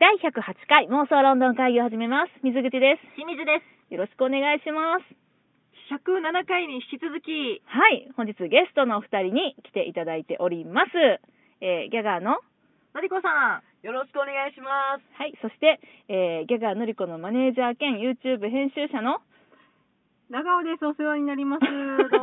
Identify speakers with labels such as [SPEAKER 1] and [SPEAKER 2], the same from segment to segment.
[SPEAKER 1] 第108回妄想ロンドン会議を始めます。水口で
[SPEAKER 2] 清水です
[SPEAKER 1] す。よろしくお願いします。
[SPEAKER 2] 107回に引き続き
[SPEAKER 1] はい、本日ゲストのお二人に来ていただいております。えー、ギャガーの、
[SPEAKER 2] のりこさんよろしくお願いします
[SPEAKER 1] はい、そして、えー、ギャガーのりこのマネージャー兼 YouTube 編集者の、
[SPEAKER 2] 長尾ですお世話になります
[SPEAKER 1] よろしく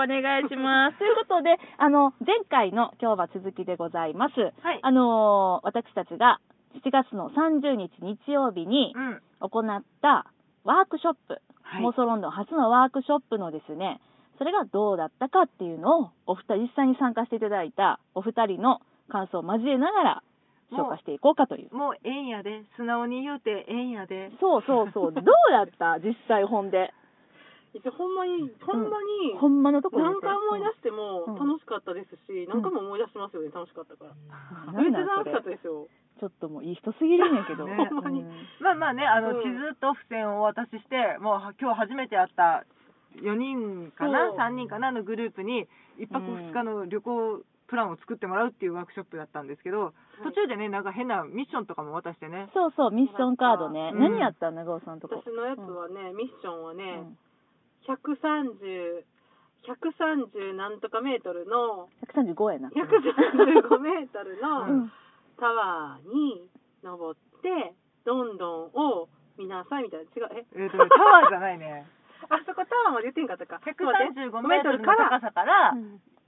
[SPEAKER 1] お願いし ます。ということで、あの、前回の今日は続きでございます。
[SPEAKER 2] はい
[SPEAKER 1] あのー私たちが7月の30日日曜日に
[SPEAKER 2] うん
[SPEAKER 1] 行ったワークショップ、
[SPEAKER 2] はい
[SPEAKER 1] 妄想ロンドン初のワークショップのですね、それがどうだったかっていうのを、お二人、実際に参加していただいたお二人の感想を交えながら紹介していこうかという。
[SPEAKER 2] もうええんやで素直に言うてええんやで
[SPEAKER 1] そうそうそう。 どうだった実際本で。
[SPEAKER 3] いつほんまに、ほんまに、
[SPEAKER 1] ほんまのところ
[SPEAKER 3] 何回思い出しても
[SPEAKER 1] うん
[SPEAKER 3] 楽しかったですし、
[SPEAKER 1] うん
[SPEAKER 3] 何回も思い出しますよね、楽しかったから。
[SPEAKER 1] うん
[SPEAKER 3] めっち
[SPEAKER 1] な
[SPEAKER 3] ゃ
[SPEAKER 1] んなんそ
[SPEAKER 3] 楽し
[SPEAKER 1] れ
[SPEAKER 3] かったですよ。
[SPEAKER 1] ちょっともういい人すぎるんやけ ど。
[SPEAKER 2] ね
[SPEAKER 3] ほんまに
[SPEAKER 1] うん
[SPEAKER 2] まあまあねあの、
[SPEAKER 3] うん
[SPEAKER 2] 地図と付箋をお渡ししてもうは今日初めて会った4人かな
[SPEAKER 3] そう
[SPEAKER 2] 3人かなのグループに1泊2日の旅行プランを作ってもらうっていうワークショップだったんですけど、途中でねなんか変なミッションとかも渡してね
[SPEAKER 1] そうそう、ミッションカードね。
[SPEAKER 2] うん
[SPEAKER 1] 何やったん長尾さんとこ。
[SPEAKER 3] 私のやつはね、ミッションは
[SPEAKER 1] う
[SPEAKER 3] ね、
[SPEAKER 1] ん
[SPEAKER 3] 130、130なんとかメートルの、
[SPEAKER 1] 135やな。
[SPEAKER 3] 135メートル
[SPEAKER 2] う
[SPEAKER 3] の
[SPEAKER 2] ん
[SPEAKER 3] タワーに登って、ロンドンを見なさいみたいな。違う、え
[SPEAKER 2] えーとねタワーじゃないね
[SPEAKER 3] あそこタワーまで言ってんかったか。
[SPEAKER 2] 135メートルの高さから、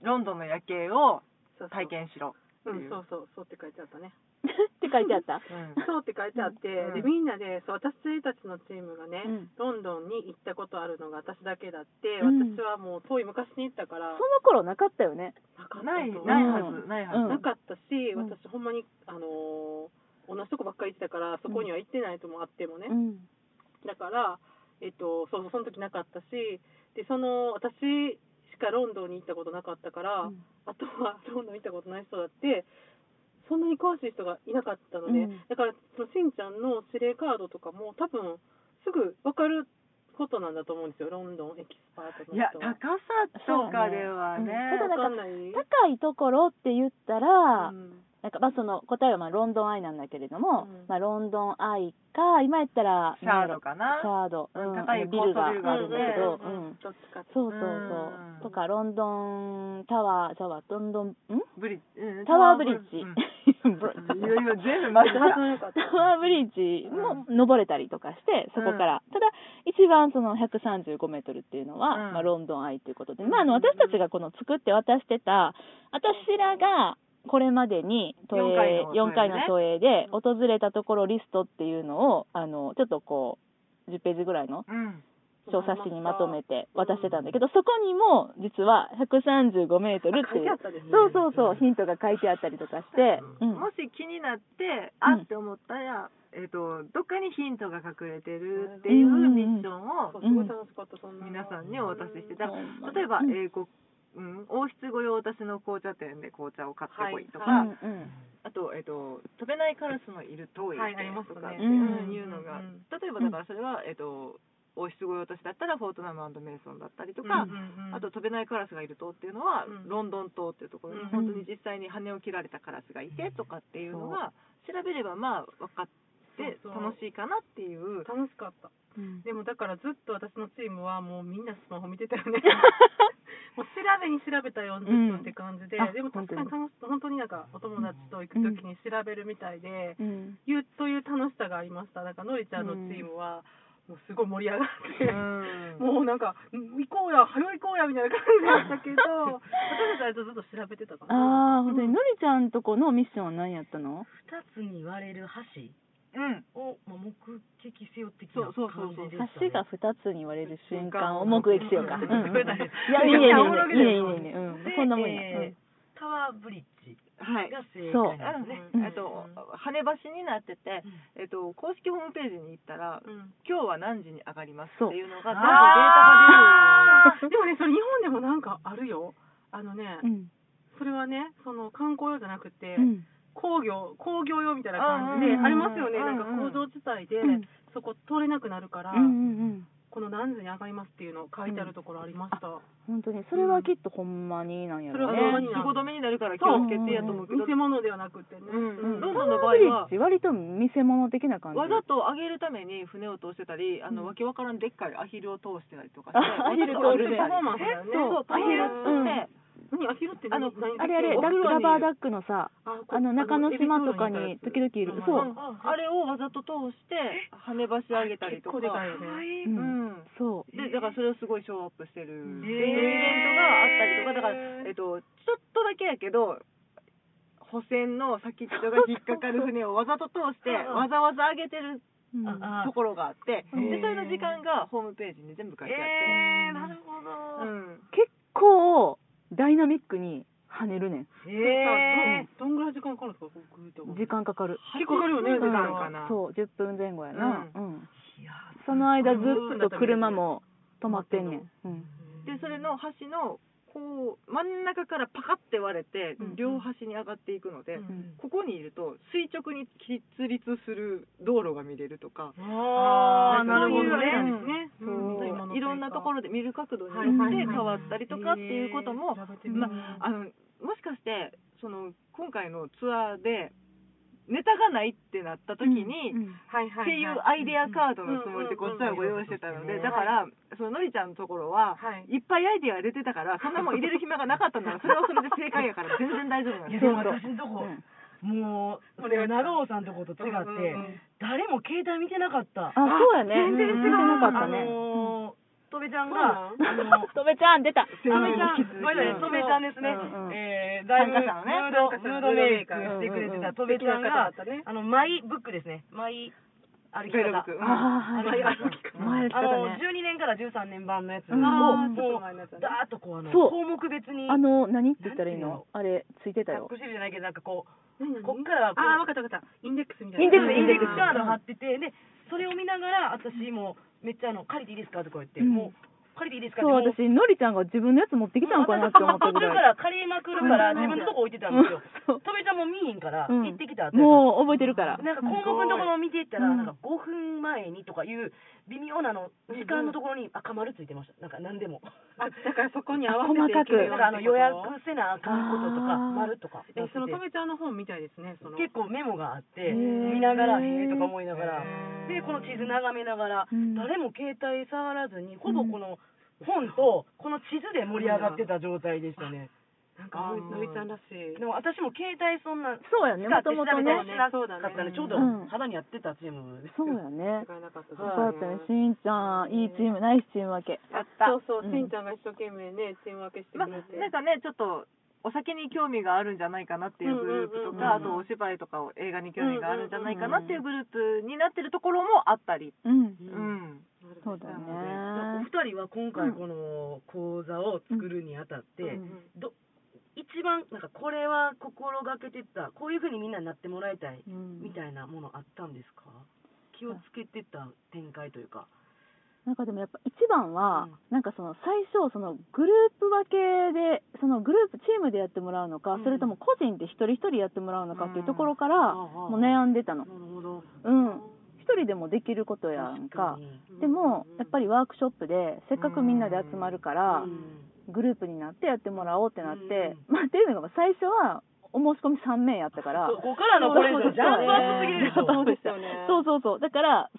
[SPEAKER 2] ロンドンの夜景を
[SPEAKER 3] そうそう
[SPEAKER 2] 体験しろって
[SPEAKER 3] う
[SPEAKER 2] い
[SPEAKER 3] ん、
[SPEAKER 2] う。
[SPEAKER 3] そうそう、そうって書いてあったね。
[SPEAKER 1] って書いてあった。
[SPEAKER 2] うん
[SPEAKER 3] そうって書いてあって、
[SPEAKER 2] うん
[SPEAKER 3] でみんなでそう私たちのチームがね、
[SPEAKER 1] うん
[SPEAKER 3] ロンドンに行ったことあるのが私だけだって、
[SPEAKER 1] うん
[SPEAKER 3] 私はもう遠い昔に行ったか
[SPEAKER 1] そ
[SPEAKER 3] ら
[SPEAKER 1] の頃なかったよね。
[SPEAKER 3] なかったと
[SPEAKER 2] ない
[SPEAKER 3] 思う
[SPEAKER 2] ないは
[SPEAKER 1] う
[SPEAKER 2] ず
[SPEAKER 1] ん
[SPEAKER 2] ないは
[SPEAKER 1] うん
[SPEAKER 2] ず。
[SPEAKER 3] なかったし、
[SPEAKER 1] うん
[SPEAKER 3] 私ほんまにあのー同じとこばっかり行ってたからそこには行ってないともあってもね、
[SPEAKER 1] うん。
[SPEAKER 3] だからえっとそうそうその時なかったしでその私しかロンドンに行ったことなかったから、
[SPEAKER 1] うん
[SPEAKER 3] あとは ロンドン行ったことない人だってそんなに詳しい人がいなかったので、
[SPEAKER 1] うん
[SPEAKER 3] だからそのしんちゃんの指令カードとかも多分すぐ分かることなんだと思うんですよロンドンエキスパートの人
[SPEAKER 2] いや
[SPEAKER 3] は
[SPEAKER 2] 高さとかではね。
[SPEAKER 1] そうだねうんただ
[SPEAKER 3] 分かんない、
[SPEAKER 1] 高いところって言ったら、
[SPEAKER 3] うん
[SPEAKER 1] なんかまあその答えはまあロンドンアイなんだけれども、
[SPEAKER 3] うん
[SPEAKER 1] まあロンドンアイか今やったら
[SPEAKER 2] シャードかな。
[SPEAKER 1] シャード、うん、
[SPEAKER 2] 高い
[SPEAKER 1] あのビルがあ
[SPEAKER 2] 高層ビルがあ
[SPEAKER 1] る
[SPEAKER 2] る
[SPEAKER 1] ん
[SPEAKER 2] ん
[SPEAKER 1] だ
[SPEAKER 2] だ
[SPEAKER 1] け
[SPEAKER 2] け
[SPEAKER 1] ど
[SPEAKER 2] ど、
[SPEAKER 1] うん
[SPEAKER 3] どっちかって
[SPEAKER 1] そうそうそう、
[SPEAKER 2] うん
[SPEAKER 1] とかロンドンタワータワーロンドンん
[SPEAKER 2] ブリッジうん
[SPEAKER 1] タワーブリッジ、ブ
[SPEAKER 2] うんいやいや全部マジ
[SPEAKER 3] 発音良かった
[SPEAKER 1] タワーブリッジも登れたりとかして、そこから、ただ、一番その135メートルっていうのは、
[SPEAKER 2] うん
[SPEAKER 1] まあ、ロンドンアイということで、
[SPEAKER 2] うん
[SPEAKER 1] まあ、あの私たちがこの作って渡してた、私らがこれまでに都営4
[SPEAKER 2] 4
[SPEAKER 1] 回
[SPEAKER 2] 回
[SPEAKER 1] の
[SPEAKER 2] の
[SPEAKER 1] 都営で訪れたところリストっていうのを、あのちょっとこう、10ページぐらいの
[SPEAKER 2] うん。
[SPEAKER 1] 小冊子にまとめて渡してたんだけど、そこにも実は135メートルって
[SPEAKER 3] 書
[SPEAKER 1] い
[SPEAKER 3] いてあ
[SPEAKER 1] う
[SPEAKER 3] っ。たですね
[SPEAKER 1] そうそうそう、ヒントが書いてあったりとかして、うん
[SPEAKER 2] もし気になってあって思ったらえっとどっかにヒントが隠れてるっていうミッション
[SPEAKER 3] そう
[SPEAKER 2] を
[SPEAKER 3] すごい楽しかったそんな
[SPEAKER 2] 皆さんにお渡ししてだから
[SPEAKER 1] うん
[SPEAKER 2] 例えば
[SPEAKER 1] うん
[SPEAKER 2] 英語うん王室御用私の紅茶店で紅茶を買ってこいと
[SPEAKER 3] は
[SPEAKER 2] か
[SPEAKER 3] い。
[SPEAKER 1] うんうん
[SPEAKER 2] あと、えっと、飛べないカラスのいる遠い
[SPEAKER 3] はいありますね
[SPEAKER 2] とかって
[SPEAKER 1] うん
[SPEAKER 2] いうのが、
[SPEAKER 3] うん
[SPEAKER 2] 例えばだからそれは、えっと、王室御用達だったらフォートナムメイソンだったりとか、あと飛べないカラスがいる島っていうのは、
[SPEAKER 3] うん
[SPEAKER 2] ロンドン島っていうところに、
[SPEAKER 3] うん
[SPEAKER 2] 本当に実際に羽を切られたカラスがいてとかっていうのが、調べればまあ分かって
[SPEAKER 3] そうそう
[SPEAKER 2] 楽しいかなっていう。
[SPEAKER 3] 楽しかった
[SPEAKER 1] うん
[SPEAKER 3] でもだからずっと私のチームはもうみんなスマホ見てたよねもう調べに調べた40分って感じで、
[SPEAKER 1] うんあ
[SPEAKER 3] でも確かに楽し本当になんかお友達と行く時に調べるみたいで、
[SPEAKER 1] うん
[SPEAKER 3] いうそういう楽しさがありましたなんかのりちゃんのチームはもうすごい盛り上がって、
[SPEAKER 2] うん
[SPEAKER 3] もうなんかん行こうや早よ行こうやみたいな感じだったけど私 たちはずっと調べてたかな
[SPEAKER 1] ああ、本当に、のりちゃんとこのミッションは何やったの
[SPEAKER 4] 二つに割れる箸
[SPEAKER 2] うん
[SPEAKER 4] を、まあ、目撃せよ的な
[SPEAKER 2] そうそうそう
[SPEAKER 4] 感
[SPEAKER 2] そう
[SPEAKER 4] じでした、
[SPEAKER 1] 橋
[SPEAKER 4] ね、
[SPEAKER 1] が二つに割れる瞬間を目
[SPEAKER 2] 瞬間を
[SPEAKER 1] 撃しようか。うんうんうん
[SPEAKER 2] これ
[SPEAKER 1] い
[SPEAKER 2] 誰
[SPEAKER 1] や、いいね、いい
[SPEAKER 2] いやおもろいけど
[SPEAKER 1] ね、いいね、いいね、いいね、うん。
[SPEAKER 4] で
[SPEAKER 1] こんなもんや。
[SPEAKER 4] えータワーブリッジ
[SPEAKER 2] はい
[SPEAKER 4] が正解なんですね、
[SPEAKER 3] うん
[SPEAKER 2] あと跳ね橋になってて、えっと、公式ホームページに行ったら
[SPEAKER 3] うん
[SPEAKER 2] 今日は何時に上がります
[SPEAKER 1] そう
[SPEAKER 2] っていうのが全部データが出る
[SPEAKER 3] あーでもねそれ日本でもなんかあるよあのね、
[SPEAKER 1] うん。
[SPEAKER 3] それはねその観光用じゃなくて、
[SPEAKER 1] うん。
[SPEAKER 3] 工業工業用みたいな感じ
[SPEAKER 1] うんうん
[SPEAKER 3] で
[SPEAKER 1] うん
[SPEAKER 3] ありますよ
[SPEAKER 2] う
[SPEAKER 3] ね、
[SPEAKER 2] んうん
[SPEAKER 3] なんか工場地帯で、
[SPEAKER 1] うん
[SPEAKER 3] そこ通れなくなるから、
[SPEAKER 1] うんうんうん。
[SPEAKER 3] この何時に上がりますっていうのを書いてあるところありました、
[SPEAKER 1] 本当に、それはきっとほんまになんやろう
[SPEAKER 3] それ
[SPEAKER 1] ね
[SPEAKER 3] はほんまに
[SPEAKER 2] ね、日ご止めになるから気をつけてやと思うけど、
[SPEAKER 3] 偽物ではなくてね、
[SPEAKER 2] うん
[SPEAKER 1] うん
[SPEAKER 2] ロンドンの場
[SPEAKER 1] ブリッジ割と見せ物的な感じ
[SPEAKER 2] わざと上げるために船を通してたり、あの、わけわからんでっかいアヒルを通してたりとかして、
[SPEAKER 1] あアヒル
[SPEAKER 2] わ
[SPEAKER 1] 通るね
[SPEAKER 2] ざとアヒル
[SPEAKER 3] そうだよね
[SPEAKER 2] そう、アヒ
[SPEAKER 1] う
[SPEAKER 2] ル
[SPEAKER 1] ん
[SPEAKER 2] って、
[SPEAKER 3] 何アヒルって何
[SPEAKER 2] あの
[SPEAKER 3] 何
[SPEAKER 1] あれあれ
[SPEAKER 2] お
[SPEAKER 1] ダ
[SPEAKER 2] 風呂
[SPEAKER 1] ラ
[SPEAKER 2] に
[SPEAKER 1] バーダックのさ
[SPEAKER 3] あこ
[SPEAKER 1] あの中之島とかに時々いる
[SPEAKER 3] うん
[SPEAKER 1] そう
[SPEAKER 2] うんあれをわざと通して、跳ね橋上げたりとか。
[SPEAKER 3] 結構でかいよ
[SPEAKER 4] かわ
[SPEAKER 3] ね
[SPEAKER 4] いい。
[SPEAKER 1] う
[SPEAKER 2] うんん。
[SPEAKER 1] そ
[SPEAKER 2] で、だからそれをすごいショーアップしてる。
[SPEAKER 4] ん
[SPEAKER 2] っていうイベントがあったりとか、だから、えっと、ちょっとだけやけど、補船の先っちょが引っかかる船をわざと通して、
[SPEAKER 4] うん
[SPEAKER 2] わざわざ上げてる
[SPEAKER 1] う、うん、
[SPEAKER 4] あ
[SPEAKER 2] ところがあって、
[SPEAKER 4] うん
[SPEAKER 2] で、それの時間がホームページに全部書いてあって。
[SPEAKER 4] えー、なるほど。
[SPEAKER 2] うん。
[SPEAKER 1] 結構ダイナミックに跳ねるねん
[SPEAKER 4] え
[SPEAKER 3] どんぐらい時間かかるんですかこうグーッと
[SPEAKER 1] 時間かかる
[SPEAKER 3] 結構かかるよね
[SPEAKER 1] うん
[SPEAKER 3] 時間
[SPEAKER 2] かな
[SPEAKER 1] そう10分前後やな、うん
[SPEAKER 4] ー、いや
[SPEAKER 1] その間ずっと車も止まってんねん、うん、
[SPEAKER 2] でそれの橋のこう真ん中からパカッて割れて
[SPEAKER 1] うん
[SPEAKER 2] 両端に上がっていくので、
[SPEAKER 1] ん
[SPEAKER 2] ここにいると垂直に起立する道路が見れるとか、
[SPEAKER 4] あ
[SPEAKER 2] ー
[SPEAKER 4] あ、
[SPEAKER 2] な
[SPEAKER 4] な
[SPEAKER 2] る
[SPEAKER 4] る
[SPEAKER 2] ほ
[SPEAKER 4] ほ
[SPEAKER 2] ど
[SPEAKER 4] ど
[SPEAKER 2] ね
[SPEAKER 4] ね。
[SPEAKER 3] ね
[SPEAKER 2] そ
[SPEAKER 1] うん
[SPEAKER 2] ういろんなとこ
[SPEAKER 3] ろ
[SPEAKER 2] ろで見る角度によ
[SPEAKER 4] はい
[SPEAKER 2] っ
[SPEAKER 4] はい
[SPEAKER 2] て
[SPEAKER 4] はい
[SPEAKER 2] 変わったりとかっていうことも、まあのもしかしてその今回のツアーでネタがないってなった時に、
[SPEAKER 3] はいはい
[SPEAKER 2] っていうアイデアカードのつもりでこっちはご用意してたので、
[SPEAKER 4] うんうんうん
[SPEAKER 2] だから、そののりちゃんのところは、
[SPEAKER 3] はい
[SPEAKER 2] いっぱいアイデアが出てたから、そんなもん入れる暇がなかったなら、それはそれで正解やから、全然大丈夫なん
[SPEAKER 4] い
[SPEAKER 2] で
[SPEAKER 4] や
[SPEAKER 2] す
[SPEAKER 4] で
[SPEAKER 2] よ。
[SPEAKER 4] も私んとこ、もう、これは長尾さんとこと違って、
[SPEAKER 3] うんうんうん
[SPEAKER 4] 誰も携帯見てなかった。
[SPEAKER 1] あそうやね
[SPEAKER 2] 全然違う
[SPEAKER 1] 見て なかった
[SPEAKER 4] あ
[SPEAKER 1] ね
[SPEAKER 4] のー、とべちゃんが、あ
[SPEAKER 3] そうなん
[SPEAKER 4] のー、
[SPEAKER 1] とべちゃん出た
[SPEAKER 2] 全
[SPEAKER 4] あ
[SPEAKER 2] 然
[SPEAKER 4] のちゃん、
[SPEAKER 2] 引き続き
[SPEAKER 4] ごめんなさい、とべちゃんです
[SPEAKER 1] う
[SPEAKER 4] ね。
[SPEAKER 1] んうん
[SPEAKER 4] えー、だいぶ
[SPEAKER 2] 参
[SPEAKER 4] ムー
[SPEAKER 2] 加者のね
[SPEAKER 3] 参
[SPEAKER 4] ド、
[SPEAKER 3] 加者
[SPEAKER 4] ム
[SPEAKER 3] の
[SPEAKER 4] ードメイク
[SPEAKER 3] ムー
[SPEAKER 1] ド
[SPEAKER 4] し
[SPEAKER 1] メイ
[SPEAKER 4] て
[SPEAKER 1] ク
[SPEAKER 4] くれて
[SPEAKER 1] うん
[SPEAKER 4] たとべちゃ
[SPEAKER 3] 素敵な
[SPEAKER 4] ん
[SPEAKER 3] 方だ
[SPEAKER 4] が
[SPEAKER 3] ったね、
[SPEAKER 4] あの、マイブックですね。マイ歩き
[SPEAKER 2] ベルブ
[SPEAKER 4] 方
[SPEAKER 2] ッ。ク。
[SPEAKER 1] ああはい
[SPEAKER 3] あ
[SPEAKER 1] 前
[SPEAKER 4] あの、
[SPEAKER 1] だね
[SPEAKER 4] 12年から13年版のやつを、
[SPEAKER 1] うん
[SPEAKER 4] も
[SPEAKER 1] あー
[SPEAKER 3] ちょっと
[SPEAKER 4] う、
[SPEAKER 3] 前のやつだね
[SPEAKER 4] だーっとこう、あの、
[SPEAKER 1] そう
[SPEAKER 4] 項目別に、
[SPEAKER 1] あの何って言ったらいい
[SPEAKER 4] なんていう
[SPEAKER 1] の
[SPEAKER 4] の
[SPEAKER 1] あれついてた
[SPEAKER 4] タ
[SPEAKER 1] よ
[SPEAKER 4] ックシルじゃないけど、なんかこう、
[SPEAKER 3] 何何
[SPEAKER 4] こっからはこう
[SPEAKER 3] ああわかったわかったインデックスみたいな
[SPEAKER 1] インデックス
[SPEAKER 4] インデックスカード
[SPEAKER 1] うん
[SPEAKER 4] 貼ってて、で、それを見ながら、私もう、めっちゃあの、借りていいですかとか言って、
[SPEAKER 1] うん
[SPEAKER 4] もう、借りていいですか
[SPEAKER 1] そう
[SPEAKER 4] って、
[SPEAKER 1] 私
[SPEAKER 4] もう
[SPEAKER 1] のりちゃんが自分のやつ持ってきたのかなって思った
[SPEAKER 4] 途
[SPEAKER 1] ぐ
[SPEAKER 4] 中から
[SPEAKER 1] い
[SPEAKER 4] ら借りまくるから、自分のとこ置いてたんですよ。
[SPEAKER 1] うん
[SPEAKER 4] とべちゃんも見えへんから、
[SPEAKER 1] うん
[SPEAKER 4] 行ってきたって。
[SPEAKER 1] もう覚えてるから
[SPEAKER 4] なんか項目のところを見ていったら、
[SPEAKER 1] うん
[SPEAKER 4] なんか5分前にとかいう微妙なの時間のところに赤丸ついてました。 なんか何でも。
[SPEAKER 3] あだからそこに合わせていけ
[SPEAKER 1] 細
[SPEAKER 3] るよ
[SPEAKER 4] なん
[SPEAKER 3] う
[SPEAKER 4] か
[SPEAKER 3] な
[SPEAKER 4] あの予約せなあかんことと
[SPEAKER 1] あ
[SPEAKER 4] か
[SPEAKER 1] ー
[SPEAKER 4] 丸とか
[SPEAKER 3] えそのとべちゃんの本みたいですねその
[SPEAKER 4] 結構メモがあって
[SPEAKER 1] へー
[SPEAKER 4] 見ながらへえとか思いながら
[SPEAKER 3] へー
[SPEAKER 4] でこの地図眺めながら
[SPEAKER 1] うん
[SPEAKER 4] 誰も携帯触らずにほぼこの本とこの地図で盛り上がってた状態でしたね
[SPEAKER 3] なんかのりのりちゃんらしい
[SPEAKER 4] でも私も携帯そんな
[SPEAKER 1] そうやねもともとね
[SPEAKER 4] 使って調べたりしなかった
[SPEAKER 3] う
[SPEAKER 4] ね
[SPEAKER 3] ん
[SPEAKER 4] ちょうど
[SPEAKER 1] うん
[SPEAKER 4] 肌に合ってたチームです
[SPEAKER 1] そうやね
[SPEAKER 3] 使えなかったです
[SPEAKER 1] よ
[SPEAKER 3] ね
[SPEAKER 1] かったねしんちゃんいいチームナイスチーム分け
[SPEAKER 2] やった
[SPEAKER 3] そうそう、
[SPEAKER 1] うん
[SPEAKER 3] しんちゃんが一生懸命ね、チーム分けしてく
[SPEAKER 2] ま
[SPEAKER 3] れ
[SPEAKER 2] あ、
[SPEAKER 3] て。
[SPEAKER 2] なんかね、ちょっと、お酒に興味があるんじゃないかなっていうグループ
[SPEAKER 1] う
[SPEAKER 2] とか、
[SPEAKER 1] んうんうんうん
[SPEAKER 2] あとお芝居とかを映画に興味があるんじゃないかなっていうグループになってるところもあったり、
[SPEAKER 1] うん
[SPEAKER 2] うん。
[SPEAKER 1] そうだね
[SPEAKER 4] お二人は今回この講座を作るにあたって、
[SPEAKER 1] うん
[SPEAKER 4] ど一番なんかこれは心がけてたこういうふうにみんなになってもらいたい
[SPEAKER 1] うん
[SPEAKER 4] みたいなものあったんですか気をつけてた展開というか
[SPEAKER 1] なんかでもやっぱ一番は
[SPEAKER 4] うん、
[SPEAKER 1] なんかその最初、そのグループ分けで、そのグループ、チームでやってもらうのか、
[SPEAKER 4] うん
[SPEAKER 1] それとも個人で一人一人やってもらうのかっていうところから、
[SPEAKER 4] うん
[SPEAKER 1] もう悩んでたの
[SPEAKER 4] な。るほど
[SPEAKER 1] うん。一人でもできることやんか。
[SPEAKER 4] に
[SPEAKER 3] に
[SPEAKER 1] でも、やっぱりワークショップで、せっかくみんなで集まるから、グループになってやってもらおうってなって、まあっていうのが最初は、お申し込み3名やった から、
[SPEAKER 4] ここからのこれじゃジャンプアップすぎるでしょ
[SPEAKER 3] そうですよね。
[SPEAKER 1] そうそうそう。だから、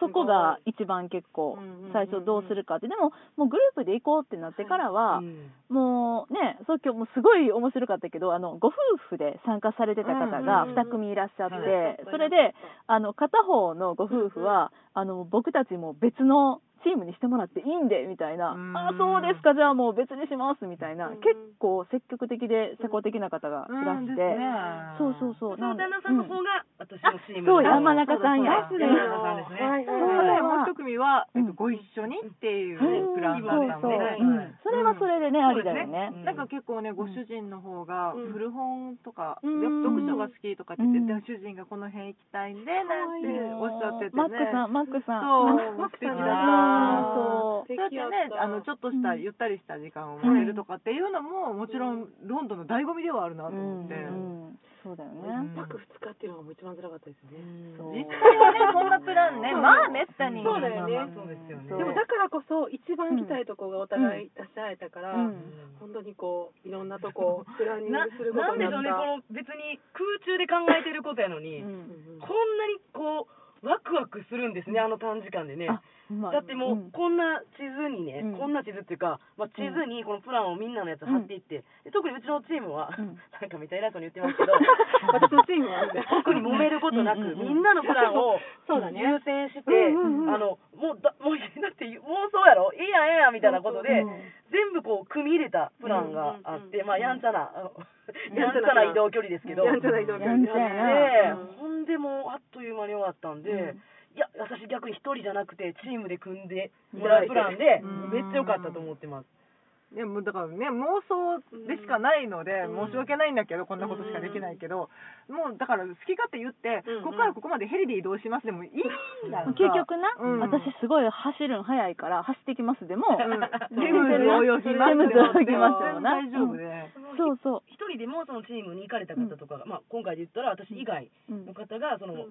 [SPEAKER 1] そこが一番結構
[SPEAKER 3] うんうんうん、
[SPEAKER 1] 最初どうするかって。でも、もうグループで行こうってなってからは、
[SPEAKER 4] うん
[SPEAKER 1] もうね、そう今日もすごい面白かったけど、あの、ご夫婦で参加されてた方が
[SPEAKER 3] うんうんうん
[SPEAKER 1] 2組いらっしゃって、
[SPEAKER 3] はい
[SPEAKER 1] それで、あの、片方のご夫婦は、あの、僕たちもう別のチームにしてもらっていいんで、みたいな、
[SPEAKER 2] うん
[SPEAKER 1] あ、そうですか、じゃあもう別にします、みたいな、
[SPEAKER 3] うんうん
[SPEAKER 1] 結構積極的で社交的な方がいらして、そうそうそう。
[SPEAKER 4] その旦那さんの方が私のチーム
[SPEAKER 1] あそう
[SPEAKER 4] の
[SPEAKER 1] 山中さんや
[SPEAKER 4] そうだそうだ山中さんですね
[SPEAKER 3] はい
[SPEAKER 2] そ
[SPEAKER 3] は
[SPEAKER 2] う
[SPEAKER 3] い
[SPEAKER 2] で
[SPEAKER 3] はい。
[SPEAKER 2] もう一組は、えっ
[SPEAKER 1] う
[SPEAKER 2] と、
[SPEAKER 1] ん
[SPEAKER 2] ご一緒にっていう
[SPEAKER 1] う
[SPEAKER 2] ね
[SPEAKER 1] ん
[SPEAKER 2] プランだった
[SPEAKER 1] そう
[SPEAKER 2] の
[SPEAKER 1] そう
[SPEAKER 2] で、
[SPEAKER 1] うんそれはそれでね、ありだよね。
[SPEAKER 4] うん
[SPEAKER 2] なんか結構ね、ご主人の方が
[SPEAKER 3] うん
[SPEAKER 2] 古本とか、
[SPEAKER 3] うん
[SPEAKER 2] 読書が好きとかって言って、
[SPEAKER 1] うん
[SPEAKER 2] 主人がこの辺行きたいんでなんておっしゃっててね。
[SPEAKER 1] マックさん、マックさん。
[SPEAKER 2] そう、
[SPEAKER 3] マックさん
[SPEAKER 2] 素敵だ
[SPEAKER 4] う
[SPEAKER 2] あ
[SPEAKER 1] そう
[SPEAKER 2] そうやってね、あのちょっとした、
[SPEAKER 1] うん
[SPEAKER 2] ゆったりした時間を持てるとかっていうのも、もちろんロンドンの醍醐味ではあるなと思って、
[SPEAKER 1] うんうんそうだよね、
[SPEAKER 2] うん
[SPEAKER 3] パク2日っていうのがもう一番辛かったですよね。
[SPEAKER 1] そう
[SPEAKER 2] 実際
[SPEAKER 5] はね、こんなプランね、
[SPEAKER 3] そう
[SPEAKER 5] まあめったに。
[SPEAKER 3] そうだよね
[SPEAKER 4] まあまあそうですよね
[SPEAKER 1] そう
[SPEAKER 3] でもだからこそ、一番行きたいとこがお互い出し合えたから、
[SPEAKER 1] うん
[SPEAKER 3] 本当にこう、いろんなとこをプランニング
[SPEAKER 4] な
[SPEAKER 3] するこ
[SPEAKER 4] な
[SPEAKER 3] とに
[SPEAKER 4] んで
[SPEAKER 3] なった。
[SPEAKER 4] しょうね、この別に空中で考えてることやの
[SPEAKER 1] う
[SPEAKER 4] に、
[SPEAKER 1] ん
[SPEAKER 3] うんうん
[SPEAKER 4] こんなにこう、ワクワクするんですね、あの短時間でね。
[SPEAKER 1] あうまい
[SPEAKER 4] だってもう、こんな地図にね、
[SPEAKER 1] うん
[SPEAKER 4] こんな地図っていうか、まあ、地図にこのプランをみんなのやつ貼っていって、で特にうちのチームは、
[SPEAKER 1] うん
[SPEAKER 4] なんかめっちゃ偉そうに言ってますけ ど、
[SPEAKER 3] 私のチームはみたいな。
[SPEAKER 4] 特に揉めることなく、
[SPEAKER 1] うんうんうん
[SPEAKER 4] みんなのプラン を
[SPEAKER 3] そうだね
[SPEAKER 4] 優先して、
[SPEAKER 3] うんうんうん
[SPEAKER 4] あのもうだ、もうだって妄想やろ、いいやん、ええやんみたいなことで、
[SPEAKER 1] うん
[SPEAKER 4] 全部こう、組み入れたプランがあって、
[SPEAKER 3] うんうんうん
[SPEAKER 4] まあ、やんちゃな、あの
[SPEAKER 3] ん
[SPEAKER 4] やんちゃな移動距離ですけど、
[SPEAKER 3] やんちゃな移動距離
[SPEAKER 1] やんちゃやな
[SPEAKER 4] で、
[SPEAKER 3] うん
[SPEAKER 4] ほんでもうあっという間に終わったんで、
[SPEAKER 1] うん
[SPEAKER 4] いや、私逆に一人じゃなくて、チームで組んでもらうプランで
[SPEAKER 2] うん、
[SPEAKER 4] めっちゃ良かったと思ってます。
[SPEAKER 2] でもだからね妄想でしかないので、
[SPEAKER 3] うん
[SPEAKER 2] 申し訳ないんだけどこんなことしかできないけど、もうだから好き勝手言って、
[SPEAKER 3] うんうん
[SPEAKER 2] ここからここまでヘリで移動しますでもいいんだ
[SPEAKER 1] 結局な、
[SPEAKER 2] うん
[SPEAKER 1] 私すごい走るん早いから走ってきますでも、
[SPEAKER 2] ジムで泳ぎます
[SPEAKER 1] ジムで泳ぎますよな
[SPEAKER 2] 全然大丈夫で、
[SPEAKER 1] そうそ
[SPEAKER 4] 一人でもそのチームに行かれた方とかが、まあ、今回で言ったら私以外
[SPEAKER 1] う、うん
[SPEAKER 4] の方がその、
[SPEAKER 3] う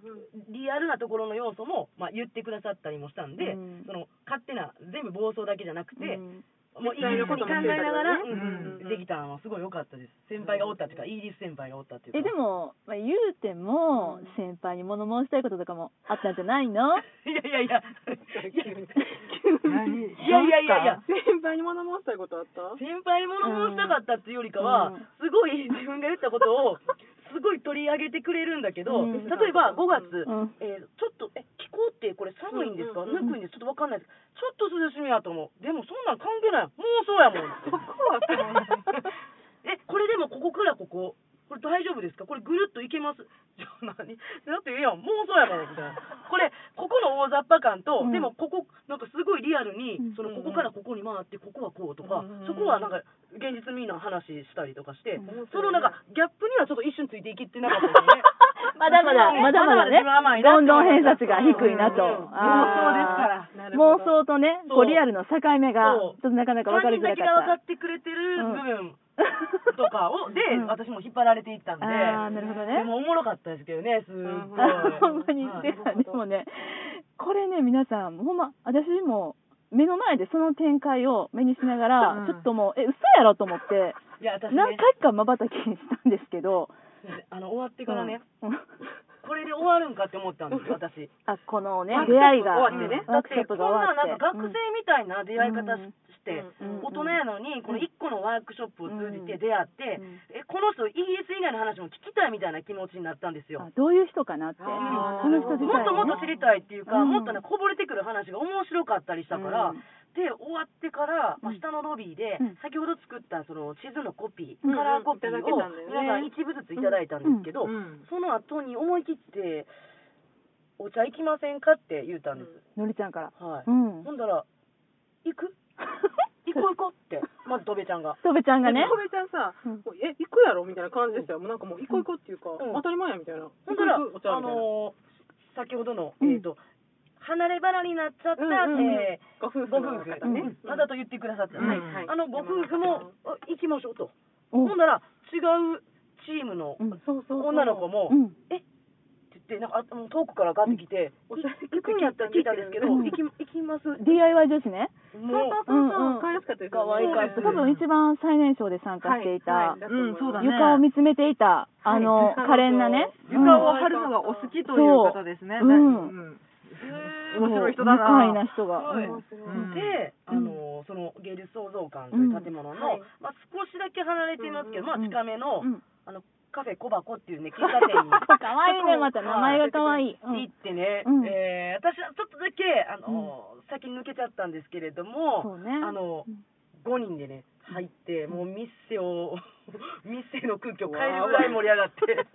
[SPEAKER 4] リアルなところの要素も、まあ、言ってくださったりもしたんで、
[SPEAKER 1] うん
[SPEAKER 4] その勝手な全部暴走だけじゃなくて、
[SPEAKER 1] うん
[SPEAKER 4] もう一緒に考えながら、
[SPEAKER 3] うん
[SPEAKER 4] うんできたのはすごい良かったです先輩がおったっていうか、イギリス先輩がおったっていうか
[SPEAKER 1] えでも、まあ、言うても先輩に物申したいこととかもあったんじゃないの
[SPEAKER 4] いやい やいや
[SPEAKER 2] 何
[SPEAKER 4] いやいやいやいや
[SPEAKER 3] 先輩に物申したいことあった
[SPEAKER 4] 先輩に物申したかったっていうよりかは、
[SPEAKER 1] うん
[SPEAKER 4] すごい自分が言ったことをすごい取り上げてくれるんだけど、
[SPEAKER 1] うん
[SPEAKER 4] 例えば5月、
[SPEAKER 1] うん
[SPEAKER 4] えーちょっとえ気候ってこれ寒いんですか、
[SPEAKER 3] うん
[SPEAKER 4] ぬくいんですちょっとわかんないですちょっと涼しみやと思うでもそんなん関係ない妄想やもん
[SPEAKER 2] そこはそう
[SPEAKER 4] えこれでもここからこここれ大丈夫ですかこれぐるっといけます じゃあ何だってええやん妄想やもんみたいなこれここの大雑把感と、
[SPEAKER 1] うん
[SPEAKER 4] でもここなんかすごいリアルに、
[SPEAKER 1] うん
[SPEAKER 4] そのここからここに回ってここはこうとか、
[SPEAKER 2] うん
[SPEAKER 4] そこはなんか現実味の話したりとかして、
[SPEAKER 1] うん
[SPEAKER 4] そのなんかギャップにはちょっと一瞬ついていけてなかったですね
[SPEAKER 1] まだまだまだまだね
[SPEAKER 4] まだまだ自分甘いな
[SPEAKER 1] どんどん偏差値が低いなと、
[SPEAKER 4] うんうんうん
[SPEAKER 1] あ
[SPEAKER 2] 妄
[SPEAKER 1] ー
[SPEAKER 3] なるほど
[SPEAKER 1] 妄想とね
[SPEAKER 4] そう
[SPEAKER 1] こうリアルの境目が
[SPEAKER 4] そう
[SPEAKER 1] ちょっとなかなか分か
[SPEAKER 4] 3
[SPEAKER 1] り
[SPEAKER 4] 人
[SPEAKER 1] づら
[SPEAKER 4] だけが分
[SPEAKER 1] か
[SPEAKER 4] か
[SPEAKER 1] っ
[SPEAKER 4] ってくれてる
[SPEAKER 1] うん
[SPEAKER 4] 部分とかを、で、
[SPEAKER 1] うん
[SPEAKER 4] 私も引っ張られていったん
[SPEAKER 1] た
[SPEAKER 4] で、
[SPEAKER 1] ああなるほどね
[SPEAKER 4] でもおもろかったですけどねすっご
[SPEAKER 3] う
[SPEAKER 4] い
[SPEAKER 3] ん
[SPEAKER 1] あ ほんまに
[SPEAKER 4] はい
[SPEAKER 1] ででもねこれね皆さんほんま私も目の前でその展開を目にしながら、
[SPEAKER 2] うん
[SPEAKER 1] ちょっともうえ嘘やろと思って
[SPEAKER 4] いや私ね
[SPEAKER 1] 何回かまばたきしたんですけど
[SPEAKER 4] あの終わってからね、
[SPEAKER 1] うんうん
[SPEAKER 4] これで終わるんかって思ったんですよ私
[SPEAKER 1] あこのね
[SPEAKER 3] ワークショップ
[SPEAKER 1] 出会いが
[SPEAKER 3] 終わってね
[SPEAKER 1] うんワークショップが終わって
[SPEAKER 4] だってこんななんか学生みたいな出会い方し,、
[SPEAKER 1] うん
[SPEAKER 4] て、
[SPEAKER 3] うん
[SPEAKER 4] 大人やのにこの1個のワークショップを通じて出会って、
[SPEAKER 1] うん
[SPEAKER 4] えこの人イギリス以外の話も聞きたいみたいな気持ちになったんですよ
[SPEAKER 1] あどういう人かなってこ
[SPEAKER 3] あー
[SPEAKER 1] の人
[SPEAKER 4] もっ
[SPEAKER 1] 自体
[SPEAKER 4] と
[SPEAKER 1] を
[SPEAKER 4] もっ
[SPEAKER 1] ね
[SPEAKER 4] と知りたいっていうか、
[SPEAKER 1] うん
[SPEAKER 4] もっとねこぼれてくる話が面白かったりしたから、
[SPEAKER 1] うん
[SPEAKER 4] で終わってから、
[SPEAKER 1] う
[SPEAKER 4] まあ
[SPEAKER 1] ん
[SPEAKER 4] 下のロビーで、
[SPEAKER 1] うん
[SPEAKER 4] 先ほど作ったその地図のコピー、
[SPEAKER 3] うん
[SPEAKER 4] カラーコピーを
[SPEAKER 3] いただけたんだよね
[SPEAKER 4] 皆さん一部ずついただいたんですけど、
[SPEAKER 2] うん
[SPEAKER 4] その後に思い切って「お茶行きませんか?」って言ったんです、
[SPEAKER 1] のりちゃんから
[SPEAKER 4] はい、
[SPEAKER 1] うん
[SPEAKER 4] ほんだら「行く行こう行こう」 ってまず戸部ちゃんが
[SPEAKER 1] とべちゃんがね
[SPEAKER 3] 小部ちゃんさ、
[SPEAKER 1] うん
[SPEAKER 3] もうえ、行くやろみたいな感じでしたよ。もうなんかもう行こう行こうっていうか、
[SPEAKER 4] うん
[SPEAKER 3] 当たり前やみたいな。
[SPEAKER 4] ほんだら、
[SPEAKER 3] 行く行くお茶
[SPEAKER 4] あ
[SPEAKER 3] みたいな。
[SPEAKER 4] のー先ほどの、
[SPEAKER 1] うん
[SPEAKER 4] えーと離れ離れになっちゃった、
[SPEAKER 3] うんうんうん
[SPEAKER 4] えー
[SPEAKER 3] ご夫婦
[SPEAKER 4] ご
[SPEAKER 3] の
[SPEAKER 4] 夫婦
[SPEAKER 3] 方ね。
[SPEAKER 4] わざと言ってくださった、
[SPEAKER 2] うん
[SPEAKER 4] はい
[SPEAKER 2] はい
[SPEAKER 4] あのご夫婦もあ行きましょうと、
[SPEAKER 1] お
[SPEAKER 4] ほんなら違うチームの
[SPEAKER 1] うん
[SPEAKER 3] そうそうそう
[SPEAKER 4] 女の子も、
[SPEAKER 1] うん
[SPEAKER 4] えって言ってなんかあもう遠くからガってきて、
[SPEAKER 3] うん
[SPEAKER 4] い行くんやったら聞いたんですけど、
[SPEAKER 1] うん
[SPEAKER 4] 行き行きますもう
[SPEAKER 1] DIY 女子ね
[SPEAKER 3] そうそう
[SPEAKER 1] う
[SPEAKER 3] そ
[SPEAKER 1] ん
[SPEAKER 3] う
[SPEAKER 1] うん
[SPEAKER 3] 可愛らしかったですよね。
[SPEAKER 4] 可愛かったです
[SPEAKER 1] 多分一番最年少で参加していた
[SPEAKER 3] だと思います
[SPEAKER 2] うんそうだね
[SPEAKER 1] 床を見つめていたあの
[SPEAKER 3] はい
[SPEAKER 1] 可憐なね
[SPEAKER 3] うん
[SPEAKER 2] 床を張るのがお好きという方ですね、
[SPEAKER 1] そううん
[SPEAKER 2] うん
[SPEAKER 1] うん
[SPEAKER 2] 面白い人だな
[SPEAKER 1] 向かいな人が
[SPEAKER 4] はい
[SPEAKER 1] うん
[SPEAKER 2] うん
[SPEAKER 4] で、あのその芸術創造館という建物
[SPEAKER 3] う
[SPEAKER 4] の、
[SPEAKER 3] んはい
[SPEAKER 4] まあ、少しだけ離れていますけど、
[SPEAKER 1] うん
[SPEAKER 4] まあ、近めの,、
[SPEAKER 1] うん
[SPEAKER 4] あのカフェ小箱っていうね喫 茶店に
[SPEAKER 1] かわいいねまた名前がかわいいうん
[SPEAKER 4] 行ってね、
[SPEAKER 1] うん
[SPEAKER 4] えー私はちょっとだけあの、先に抜けちゃったんですけれど
[SPEAKER 1] そ
[SPEAKER 4] も、
[SPEAKER 1] うね
[SPEAKER 4] あの
[SPEAKER 1] うん
[SPEAKER 4] 5人でね入っ て もう店を店の空気を変えるぐらい盛り上がって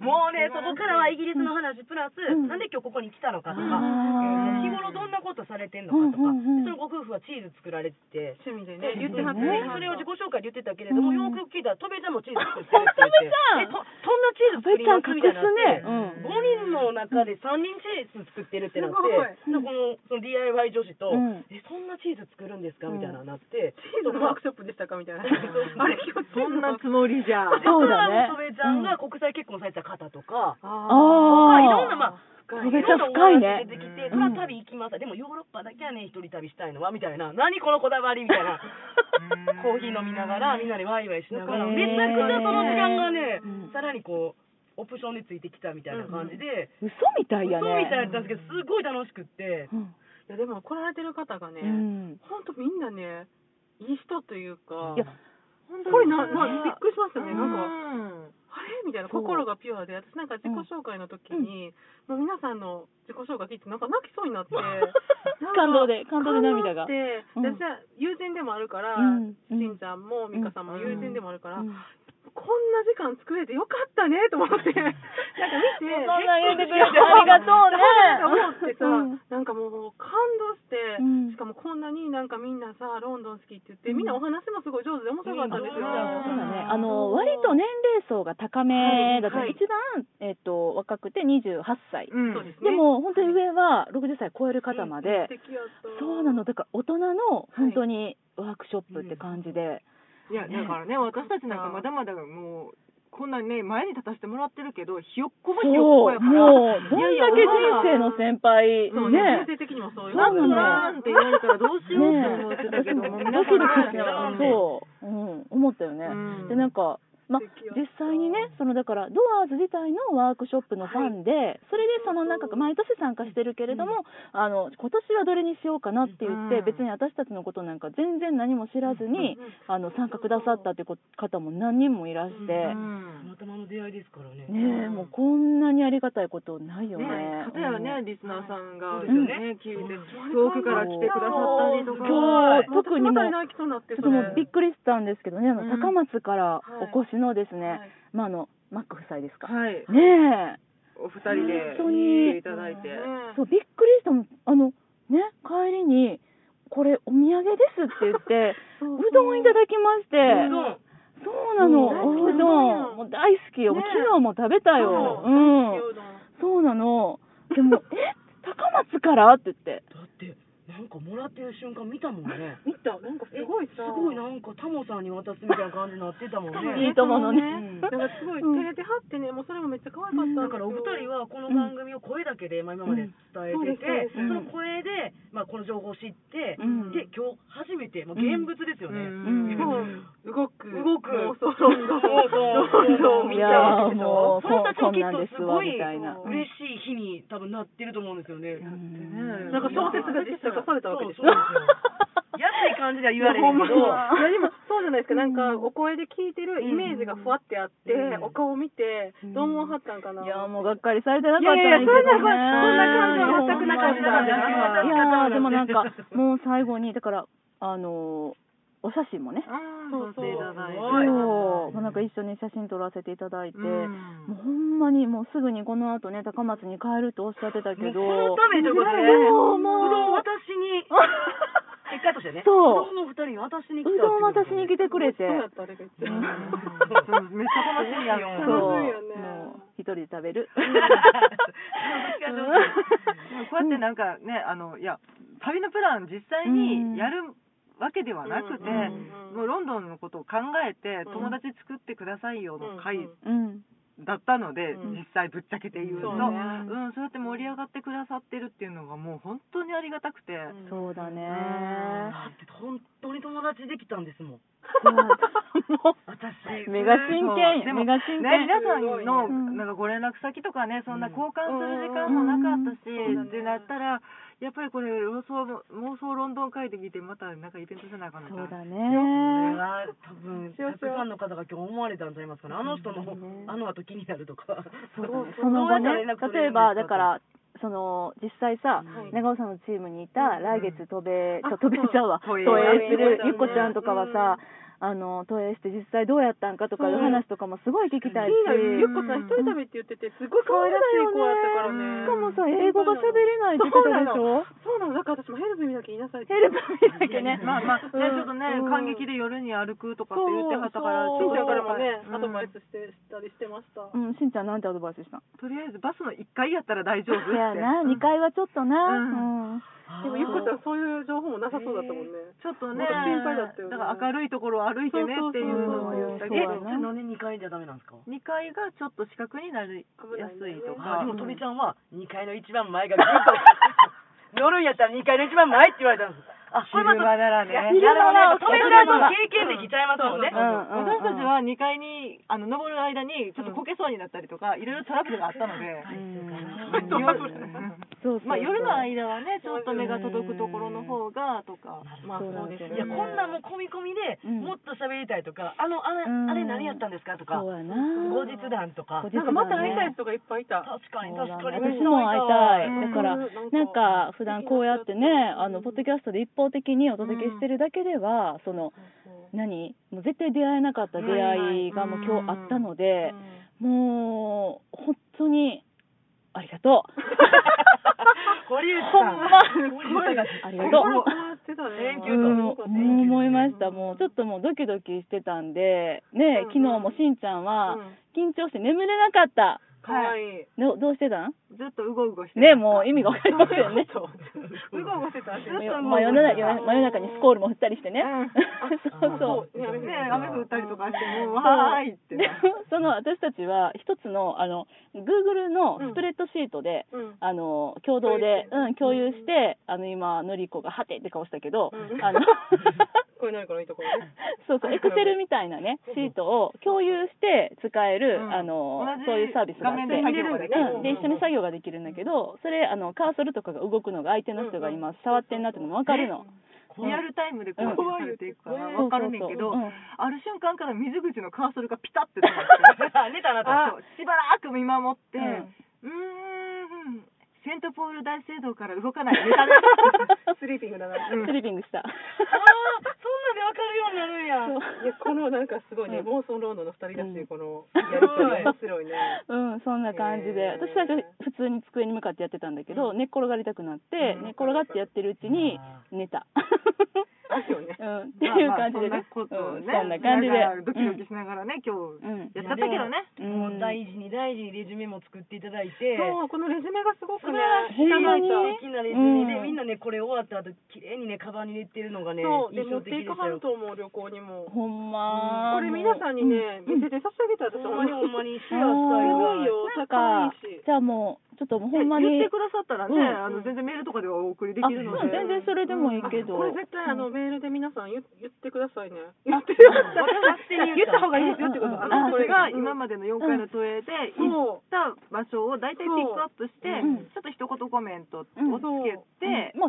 [SPEAKER 4] もうね、そこからはイギリスの話プラス、
[SPEAKER 1] うん
[SPEAKER 4] なんで今日ここに来たのかと
[SPEAKER 1] あ
[SPEAKER 4] か、
[SPEAKER 1] ー
[SPEAKER 4] 日頃どんなことされてんのかとか、
[SPEAKER 1] うんうんうん
[SPEAKER 4] そのご夫婦はチーズ作られてて、
[SPEAKER 3] 趣味でね
[SPEAKER 4] ね、
[SPEAKER 3] 言ってはった
[SPEAKER 1] ね
[SPEAKER 4] それを自己紹介で言ってたけれども、
[SPEAKER 1] うん
[SPEAKER 4] よくよく聞いたら、とべちゃんもチーズ作って
[SPEAKER 1] 本当
[SPEAKER 4] るっ
[SPEAKER 1] べ
[SPEAKER 4] て言って、え、とそんなチーズ作りますみたいになって。
[SPEAKER 1] うん
[SPEAKER 4] 5人の中で3人チーズ作ってるってなって、
[SPEAKER 3] す
[SPEAKER 4] でこのその DIY 女子と、
[SPEAKER 1] うん
[SPEAKER 4] え、そんなチーズ作るんですかみたいなのになって、
[SPEAKER 3] チーズのワークショップでしたかみたいな。あれ、今日
[SPEAKER 2] そんなつもりじゃ。
[SPEAKER 1] んそうだね
[SPEAKER 4] とべちゃんが国際結婚されてた方とか、
[SPEAKER 1] あ
[SPEAKER 4] まあ
[SPEAKER 1] ー
[SPEAKER 4] いろんな、まあ、
[SPEAKER 1] めちゃ深いね
[SPEAKER 4] ろんなお話出てきて、
[SPEAKER 1] う
[SPEAKER 4] そ
[SPEAKER 1] ん
[SPEAKER 4] れは旅行きます。でもヨーロッパだけはね、一人旅したいのは、みたいな。何このこだわりみた いな。コーヒー飲みながら、みんなでワイワイしながら、
[SPEAKER 1] うん
[SPEAKER 4] めちゃくちゃその時間がね
[SPEAKER 1] うん、
[SPEAKER 4] さらにこう、オプションでついてきたみたいな感じで、
[SPEAKER 1] 嘘みた
[SPEAKER 4] そう
[SPEAKER 1] い
[SPEAKER 4] み
[SPEAKER 1] やね
[SPEAKER 4] たいだったんですけど、すごい楽しくって。
[SPEAKER 1] うん
[SPEAKER 3] いや、でも来られてる方がね、
[SPEAKER 1] うん
[SPEAKER 3] ほんとみんなね、いい人というか
[SPEAKER 1] いや、
[SPEAKER 3] これな、な、びっくりしましたね、なんか。
[SPEAKER 2] ん
[SPEAKER 3] あれみたいな
[SPEAKER 1] そう
[SPEAKER 3] 心がピュアで私なんか自己紹介の時に、もう皆さんの自己紹介聞いてなんか泣きそうになってなんか
[SPEAKER 1] 感動で感動で涙が
[SPEAKER 3] 感動して、
[SPEAKER 1] うん
[SPEAKER 3] 私は友人でもあるから、
[SPEAKER 1] うん
[SPEAKER 3] しんちゃんも美香さんも
[SPEAKER 2] うん
[SPEAKER 3] 友人でもあるから、
[SPEAKER 1] うん
[SPEAKER 3] こんな時間作れてよかったねと思ってなんか見て
[SPEAKER 1] そんなん言うてくれてありがとうね
[SPEAKER 3] ってさ、
[SPEAKER 1] うん
[SPEAKER 3] なんかもう感動して、
[SPEAKER 1] うん
[SPEAKER 3] しかもこんなになんかみんなさロンドン好きって言って、みんなお話もすごい上手で面白かったんです
[SPEAKER 1] そ
[SPEAKER 3] よ、
[SPEAKER 1] うだね、
[SPEAKER 2] うん
[SPEAKER 1] あの割と年齢層が高めだった、
[SPEAKER 3] はいはい
[SPEAKER 1] 一番、えっと若くて28歳、
[SPEAKER 2] うん
[SPEAKER 3] そうですね
[SPEAKER 1] でも本当に上は60歳超える方まで、
[SPEAKER 3] 素敵やった
[SPEAKER 1] そうなのだから大人の本当にワークショップって感じで、
[SPEAKER 2] いや、だからね、私たちなんかまだまだもう、こんなね、前に立たせてもらってるけど、ひよっこも
[SPEAKER 1] そ
[SPEAKER 2] ひよっこや
[SPEAKER 1] う
[SPEAKER 2] から。
[SPEAKER 1] もうどん
[SPEAKER 2] いや
[SPEAKER 1] だ
[SPEAKER 2] い
[SPEAKER 1] け
[SPEAKER 2] や
[SPEAKER 1] 人生の先輩
[SPEAKER 3] そう
[SPEAKER 1] ね
[SPEAKER 3] ね、先生的にもそういう
[SPEAKER 1] そ
[SPEAKER 2] ま
[SPEAKER 1] う
[SPEAKER 2] ずな
[SPEAKER 1] なの
[SPEAKER 2] んて言われたらどうしようって思ってたけど、もう皆
[SPEAKER 1] ド
[SPEAKER 2] さ
[SPEAKER 1] キ
[SPEAKER 2] ん
[SPEAKER 1] ドキし
[SPEAKER 2] 話
[SPEAKER 1] なが
[SPEAKER 2] が合わ
[SPEAKER 1] ら
[SPEAKER 2] んね
[SPEAKER 1] そう、うん、思ったよね、
[SPEAKER 2] うん
[SPEAKER 1] でなんかまあ
[SPEAKER 3] 素敵やった
[SPEAKER 1] 実際にねそのだからドアーズ自体のワークショップのファンで、それでその中か毎年参加してるけれども、あの今年はどれにしようかなって言って、
[SPEAKER 2] うん
[SPEAKER 1] 別に私たちのことなんか全然何も知らずに、
[SPEAKER 3] うん
[SPEAKER 1] あの参加くださったってこ方も何人もいらして、
[SPEAKER 4] たまたまの出会いですからね。
[SPEAKER 1] ねえもうこんなにありがたいことないよね。
[SPEAKER 2] ね、かたやね、リスナーさんが、ね、聞いて、
[SPEAKER 1] うん
[SPEAKER 2] 遠くから来てくださったりとか。
[SPEAKER 1] そう
[SPEAKER 3] もう
[SPEAKER 1] 特にもう
[SPEAKER 3] 私また泣きそうになって
[SPEAKER 1] ちょっ
[SPEAKER 3] そ
[SPEAKER 1] と
[SPEAKER 3] れ
[SPEAKER 1] もうびっくりしたんですけどね、あの
[SPEAKER 2] うん
[SPEAKER 1] 高松からお越しのですね、
[SPEAKER 3] はい
[SPEAKER 1] まああのマック夫妻ですか。
[SPEAKER 2] はい、
[SPEAKER 1] ねえ、
[SPEAKER 2] お二人で
[SPEAKER 1] 本当に
[SPEAKER 2] 来ていただいて。
[SPEAKER 3] ね
[SPEAKER 1] そうびっくりしたのあのね帰りにこれお土産ですって言って、
[SPEAKER 3] そ
[SPEAKER 1] う
[SPEAKER 3] う
[SPEAKER 1] どんいただきまして、
[SPEAKER 4] うどん
[SPEAKER 1] そうなの、
[SPEAKER 3] うん
[SPEAKER 1] おうどんもう大好きよ、
[SPEAKER 3] ねえ
[SPEAKER 1] 昨日も食べたよ、
[SPEAKER 3] そう
[SPEAKER 1] うん、
[SPEAKER 3] 牛丼
[SPEAKER 1] そうなの、でも え高松からって言って、
[SPEAKER 4] だって、なんかもらってる瞬間見たもん ね。
[SPEAKER 3] 見たなんかすごい
[SPEAKER 4] す
[SPEAKER 3] さ
[SPEAKER 4] ごいなんかタモさんに渡すみたいな感じになってたもん
[SPEAKER 1] い
[SPEAKER 4] ね
[SPEAKER 1] い。とものね
[SPEAKER 4] うん
[SPEAKER 3] なんかすごい照れてはってねもうそれもめっちゃ可愛かったんですよ
[SPEAKER 4] だからお二人はこの番組を声だけで、まあ今まで伝えてて、
[SPEAKER 3] うん
[SPEAKER 4] その声で、まあ、この情報を知って、
[SPEAKER 1] うん
[SPEAKER 4] で今日初めて、もう現物ですよね、
[SPEAKER 1] うん
[SPEAKER 3] そう動く
[SPEAKER 4] 動く
[SPEAKER 3] もう そう
[SPEAKER 4] そう
[SPEAKER 3] そう
[SPEAKER 4] そうそう
[SPEAKER 1] い
[SPEAKER 4] 見
[SPEAKER 1] や
[SPEAKER 4] た
[SPEAKER 1] ーもう
[SPEAKER 4] その
[SPEAKER 1] こ
[SPEAKER 4] たち
[SPEAKER 1] こ
[SPEAKER 4] も
[SPEAKER 1] ん
[SPEAKER 4] きっ
[SPEAKER 1] なんで
[SPEAKER 4] と
[SPEAKER 1] す
[SPEAKER 4] す
[SPEAKER 1] わ
[SPEAKER 4] ご
[SPEAKER 1] み
[SPEAKER 4] い
[SPEAKER 1] たいな。
[SPEAKER 4] 嬉しい日に多分なってると思うんですよね、
[SPEAKER 1] うん
[SPEAKER 3] なんか小説が実写化されたわけでし
[SPEAKER 4] そ
[SPEAKER 3] ょ
[SPEAKER 4] うそうですよ安い感じでは言われるけ
[SPEAKER 3] い
[SPEAKER 4] ど
[SPEAKER 3] やでもそうじゃないですかなんかお声で聞いてるイメージがふわってあって、
[SPEAKER 4] うん
[SPEAKER 3] お顔見てどう思わはったんかな、
[SPEAKER 1] いやーもうがっかりされてなかった
[SPEAKER 4] いやいや
[SPEAKER 1] ですけどね
[SPEAKER 4] そんな
[SPEAKER 3] そんな感じは全くなかった
[SPEAKER 1] いやーでもなんか
[SPEAKER 4] うん
[SPEAKER 1] もう最後にだからあのーお写真もね
[SPEAKER 2] そうそう、いただいて。
[SPEAKER 4] はい
[SPEAKER 1] そうもうなんか一緒に写真撮らせていただいて、もうほんまにもうすぐにこの後ね高松に帰るとおっしゃってたけど
[SPEAKER 4] もうそのためということで
[SPEAKER 1] そうもう
[SPEAKER 4] うどんを私に結果としてね
[SPEAKER 1] そう
[SPEAKER 4] うどんの二人に私に来た
[SPEAKER 1] うどん渡しに来てくれて
[SPEAKER 3] そうやったあれが一番
[SPEAKER 2] めっちゃ楽しみや
[SPEAKER 1] そ
[SPEAKER 2] ん。
[SPEAKER 1] う
[SPEAKER 2] こ
[SPEAKER 1] も
[SPEAKER 3] 楽しいよね
[SPEAKER 1] う一人で食べる
[SPEAKER 2] うやってなんかね、あの、いや、旅のプラン実際にやるわけではなくて、もうロンドンのことを考えて、友達作ってくださいよの会
[SPEAKER 1] うん
[SPEAKER 2] だったので、
[SPEAKER 3] うん
[SPEAKER 2] 実際ぶっちゃけて言うと、
[SPEAKER 3] そううんね
[SPEAKER 2] そうやって盛り上がってくださってるっていうのがもう本当にありがたくて、
[SPEAKER 1] そうだね
[SPEAKER 4] だって本当に友達できたんですも
[SPEAKER 1] も
[SPEAKER 4] ん私
[SPEAKER 1] うメガ真剣
[SPEAKER 2] そうで
[SPEAKER 1] や
[SPEAKER 2] も
[SPEAKER 1] メガ真
[SPEAKER 2] ね、
[SPEAKER 1] 剣
[SPEAKER 2] 皆さんの
[SPEAKER 1] うん
[SPEAKER 2] なんかご連絡先とかね、そんな
[SPEAKER 4] うん
[SPEAKER 2] 交換する時間もなかったし、
[SPEAKER 1] うん
[SPEAKER 2] ってなったら、やっぱりこれ妄想、妄想ロンドン会で聞いて、またなんかイベントじゃないかな
[SPEAKER 1] そうだね
[SPEAKER 4] これは多分
[SPEAKER 3] そうそう
[SPEAKER 4] たくさんの方が今日思われたんちゃいますからあの人の、あの後気になるとか
[SPEAKER 1] そうだね
[SPEAKER 4] ど
[SPEAKER 1] その後
[SPEAKER 4] どうや
[SPEAKER 1] ね
[SPEAKER 4] ったら連絡取れ
[SPEAKER 1] 例え
[SPEAKER 4] るんです
[SPEAKER 1] ばだからその実際さ、
[SPEAKER 4] はい
[SPEAKER 1] 長尾さんのチームにいた来月飛べ、
[SPEAKER 3] あ
[SPEAKER 1] と飛べちゃうわ
[SPEAKER 2] そう
[SPEAKER 1] 投影する
[SPEAKER 3] そう
[SPEAKER 1] ゆっこちゃんとかはさ、あの投影して実際どうやったんかとかいう
[SPEAKER 3] うん
[SPEAKER 1] 話とかもすごい聞きたいし、
[SPEAKER 3] リーダーゆっこさん一人旅って言っててすごい可愛らしい子やったからね
[SPEAKER 1] しかもさ英語が喋れないって言ってたでしょ
[SPEAKER 3] そうなのだから私もヘルプ見なきゃ言いなさいって
[SPEAKER 1] ヘルプ見なきゃね
[SPEAKER 2] まあまあね、ちょっとね
[SPEAKER 3] うん、
[SPEAKER 2] 感激で夜に歩くとかって言ってはったから、
[SPEAKER 3] そう
[SPEAKER 2] ちょっと
[SPEAKER 3] そうからもね、
[SPEAKER 2] うん
[SPEAKER 3] アドバイスしてしたりしてました、
[SPEAKER 1] うんしんちゃんなんてアドバイスした
[SPEAKER 2] とりあえずバスの1回やったら大丈夫って。
[SPEAKER 1] いやな
[SPEAKER 2] うん
[SPEAKER 1] 2階はちょっとな
[SPEAKER 2] うん
[SPEAKER 1] うん
[SPEAKER 3] でもゆっこちゃんそういう情報もなさそうだったもんね、
[SPEAKER 2] ちょっとね、
[SPEAKER 3] なんか心配だったよね
[SPEAKER 2] から明るいところを歩いてねっていうのを言ったけ
[SPEAKER 1] そうそうそうそうだ
[SPEAKER 2] ど、
[SPEAKER 4] え、なんで2階じゃダメなんですか
[SPEAKER 2] 2階がちょっと死角になりやすいとか
[SPEAKER 4] あでも、
[SPEAKER 2] う
[SPEAKER 4] と
[SPEAKER 2] ん
[SPEAKER 4] びちゃんは2階の一番前 がグッと乗るんやったら2階の一番前って言われたんです。 あ、これま
[SPEAKER 2] 昼
[SPEAKER 4] た、
[SPEAKER 2] 間ならね。
[SPEAKER 4] いやでもなんか、とびちゃんの
[SPEAKER 1] は
[SPEAKER 4] 経験できちゃいますもんね。
[SPEAKER 1] うんうんうん
[SPEAKER 2] 私たちは2階にあの登る間にちょっとこけそうになったりとかいろいろトラブルがあったので、
[SPEAKER 1] うん
[SPEAKER 2] トラブル
[SPEAKER 1] そうそうそう
[SPEAKER 2] まあ夜の間はねちょっと目が届くところの方がとかまあ
[SPEAKER 1] そうな
[SPEAKER 2] そ
[SPEAKER 1] ん
[SPEAKER 2] う
[SPEAKER 1] で
[SPEAKER 2] ですす
[SPEAKER 1] よ
[SPEAKER 2] よ
[SPEAKER 1] ね
[SPEAKER 2] ね
[SPEAKER 4] いや、こんなもう込み込みで、
[SPEAKER 1] うん
[SPEAKER 4] もっと喋りたいとか、あの、あれ、
[SPEAKER 1] うん
[SPEAKER 4] あれ何やったんですかとか、
[SPEAKER 1] そう
[SPEAKER 4] 後
[SPEAKER 1] やな
[SPEAKER 4] 日談とか
[SPEAKER 1] 後。日
[SPEAKER 3] なんかまた会いたい人がいっぱいいた、
[SPEAKER 4] 確かに、
[SPEAKER 1] そう
[SPEAKER 4] 確
[SPEAKER 1] だね
[SPEAKER 4] かに。
[SPEAKER 1] 私も会いたい、
[SPEAKER 2] うん
[SPEAKER 1] だから
[SPEAKER 3] うん
[SPEAKER 1] なんか普段こうやってねあのポッドキャストで一方的にお届けしてるだけでは、その何もう絶対出会えなかった出会いがもう今日あったので、もう本当にありがとう
[SPEAKER 4] 堀内
[SPEAKER 1] ほ
[SPEAKER 4] さん。
[SPEAKER 1] んま
[SPEAKER 4] 堀内さん
[SPEAKER 1] ありがと
[SPEAKER 3] 心
[SPEAKER 1] う
[SPEAKER 3] 変わってたね
[SPEAKER 4] 勉
[SPEAKER 1] う
[SPEAKER 4] 強だ
[SPEAKER 1] ん
[SPEAKER 4] ね
[SPEAKER 1] 思いましたもうちょっともうドキドキしてたんでね
[SPEAKER 3] うん
[SPEAKER 1] 昨日もしんちゃんは
[SPEAKER 3] うん
[SPEAKER 1] 緊張して眠れなかった
[SPEAKER 3] かわいい
[SPEAKER 1] のどうしてたん
[SPEAKER 2] ずっとうごうごして
[SPEAKER 1] ねもう意味がわかりませんね
[SPEAKER 3] うごうごしてた
[SPEAKER 2] ずっとうごうごしてた
[SPEAKER 1] 真夜中真夜中にスコールも振ったりしてね、
[SPEAKER 3] う
[SPEAKER 1] そうそう
[SPEAKER 3] ね
[SPEAKER 2] ね雨降ったりとかしてもう
[SPEAKER 1] そう
[SPEAKER 2] わーいって
[SPEAKER 1] でその私たちは一つのあの Google のスプレッドシートで、
[SPEAKER 3] うん
[SPEAKER 1] あの共同で、
[SPEAKER 3] 共有
[SPEAKER 1] うん、共有し
[SPEAKER 3] して
[SPEAKER 1] て、あの今のりこがハテって顔したけど、
[SPEAKER 3] う ん
[SPEAKER 1] あの
[SPEAKER 3] これ何このいいところね
[SPEAKER 1] そうそうエクセルみたいなねシートを共有して使える、
[SPEAKER 2] うん
[SPEAKER 1] あの
[SPEAKER 2] 同じ
[SPEAKER 1] そういうサービスがあって
[SPEAKER 2] 画面で作業ができる
[SPEAKER 1] うん、で一緒に作業ができるんだけどそれあのカーソルとかが動くのが相手の人が今触ってんなってのも分かるの。
[SPEAKER 2] リアルタイムでこうされていくから
[SPEAKER 1] そう
[SPEAKER 2] わかるねんけど
[SPEAKER 1] そうそううん
[SPEAKER 2] ある瞬間から水口のカーソルがピタッて止ま って
[SPEAKER 4] 寝たなと。
[SPEAKER 2] あしばらく見守って、
[SPEAKER 1] う
[SPEAKER 2] うんーん、セントポール大聖堂から 動かない、メタ
[SPEAKER 3] スリーピングだな
[SPEAKER 1] スリーピングした。
[SPEAKER 4] あーそんなんでわかるようになるんや。
[SPEAKER 3] いやこのなんかすごいね、
[SPEAKER 1] うん
[SPEAKER 3] 妄想ロードの二人だ
[SPEAKER 1] うん
[SPEAKER 3] し、このやりとり面白いね。
[SPEAKER 1] うん、そんな感じで、
[SPEAKER 3] へー
[SPEAKER 1] 私最初普通に机に向かってやってたんだけど、寝っ転がりたくなって、
[SPEAKER 3] うん
[SPEAKER 1] 寝っ転がってやってるうちに寝た。
[SPEAKER 3] ですよね。
[SPEAKER 1] うん、っていう感じで
[SPEAKER 2] まあまあ
[SPEAKER 1] ね。
[SPEAKER 2] そんなことをね、
[SPEAKER 1] うんそんな感じで
[SPEAKER 2] だからドキドキしながらね、今日
[SPEAKER 1] うん
[SPEAKER 2] やっちゃったけどね。
[SPEAKER 1] うん
[SPEAKER 4] もう大事に大事にレジュメも作っていただいて。
[SPEAKER 3] そう、このレジュメがすごく
[SPEAKER 4] そ
[SPEAKER 3] ね
[SPEAKER 4] れは、
[SPEAKER 1] 素晴らしい
[SPEAKER 4] 素敵なレジュメで、
[SPEAKER 1] うん
[SPEAKER 4] みんなねこれ終わった後綺麗にねカバンに入れてるのがね
[SPEAKER 3] そう、で
[SPEAKER 4] 印
[SPEAKER 3] 持
[SPEAKER 4] 象
[SPEAKER 3] って
[SPEAKER 4] 的で
[SPEAKER 3] いく
[SPEAKER 4] した
[SPEAKER 3] はる
[SPEAKER 4] よ。
[SPEAKER 3] と思う、旅行にも。
[SPEAKER 1] ほんま。
[SPEAKER 3] これ皆さんにね、
[SPEAKER 1] うん
[SPEAKER 3] 見せて差し上げたら私、
[SPEAKER 4] ほんまにほんま
[SPEAKER 3] に。
[SPEAKER 4] にシ
[SPEAKER 1] う
[SPEAKER 4] ェ
[SPEAKER 1] ん、
[SPEAKER 4] アし
[SPEAKER 3] すご
[SPEAKER 4] たい
[SPEAKER 3] い
[SPEAKER 4] わ。
[SPEAKER 3] よ
[SPEAKER 1] なんか
[SPEAKER 3] 高いし
[SPEAKER 1] じゃあもう、ちょっともうほんまに。
[SPEAKER 2] 言ってくださったらね、
[SPEAKER 1] うん
[SPEAKER 2] あの全然メールとかではお送りで
[SPEAKER 1] あ、
[SPEAKER 2] き
[SPEAKER 1] う
[SPEAKER 2] るの
[SPEAKER 1] ん
[SPEAKER 2] で。
[SPEAKER 1] 全然それでもいい
[SPEAKER 3] あ
[SPEAKER 1] けど。
[SPEAKER 3] これ絶対あのメールで皆さん言言ってくださいね。言って
[SPEAKER 4] 勝手に言
[SPEAKER 3] 言っ
[SPEAKER 4] っ
[SPEAKER 3] たた方がいいですよってこ
[SPEAKER 1] うん
[SPEAKER 3] と。
[SPEAKER 2] あ
[SPEAKER 1] うん
[SPEAKER 2] のそれが
[SPEAKER 3] うん
[SPEAKER 2] 今までの4回の投影で
[SPEAKER 3] うん
[SPEAKER 2] 行った場所を大体ピックアップして、
[SPEAKER 1] うん
[SPEAKER 2] ちょっと一言コメントをつけて、
[SPEAKER 1] うんもうシ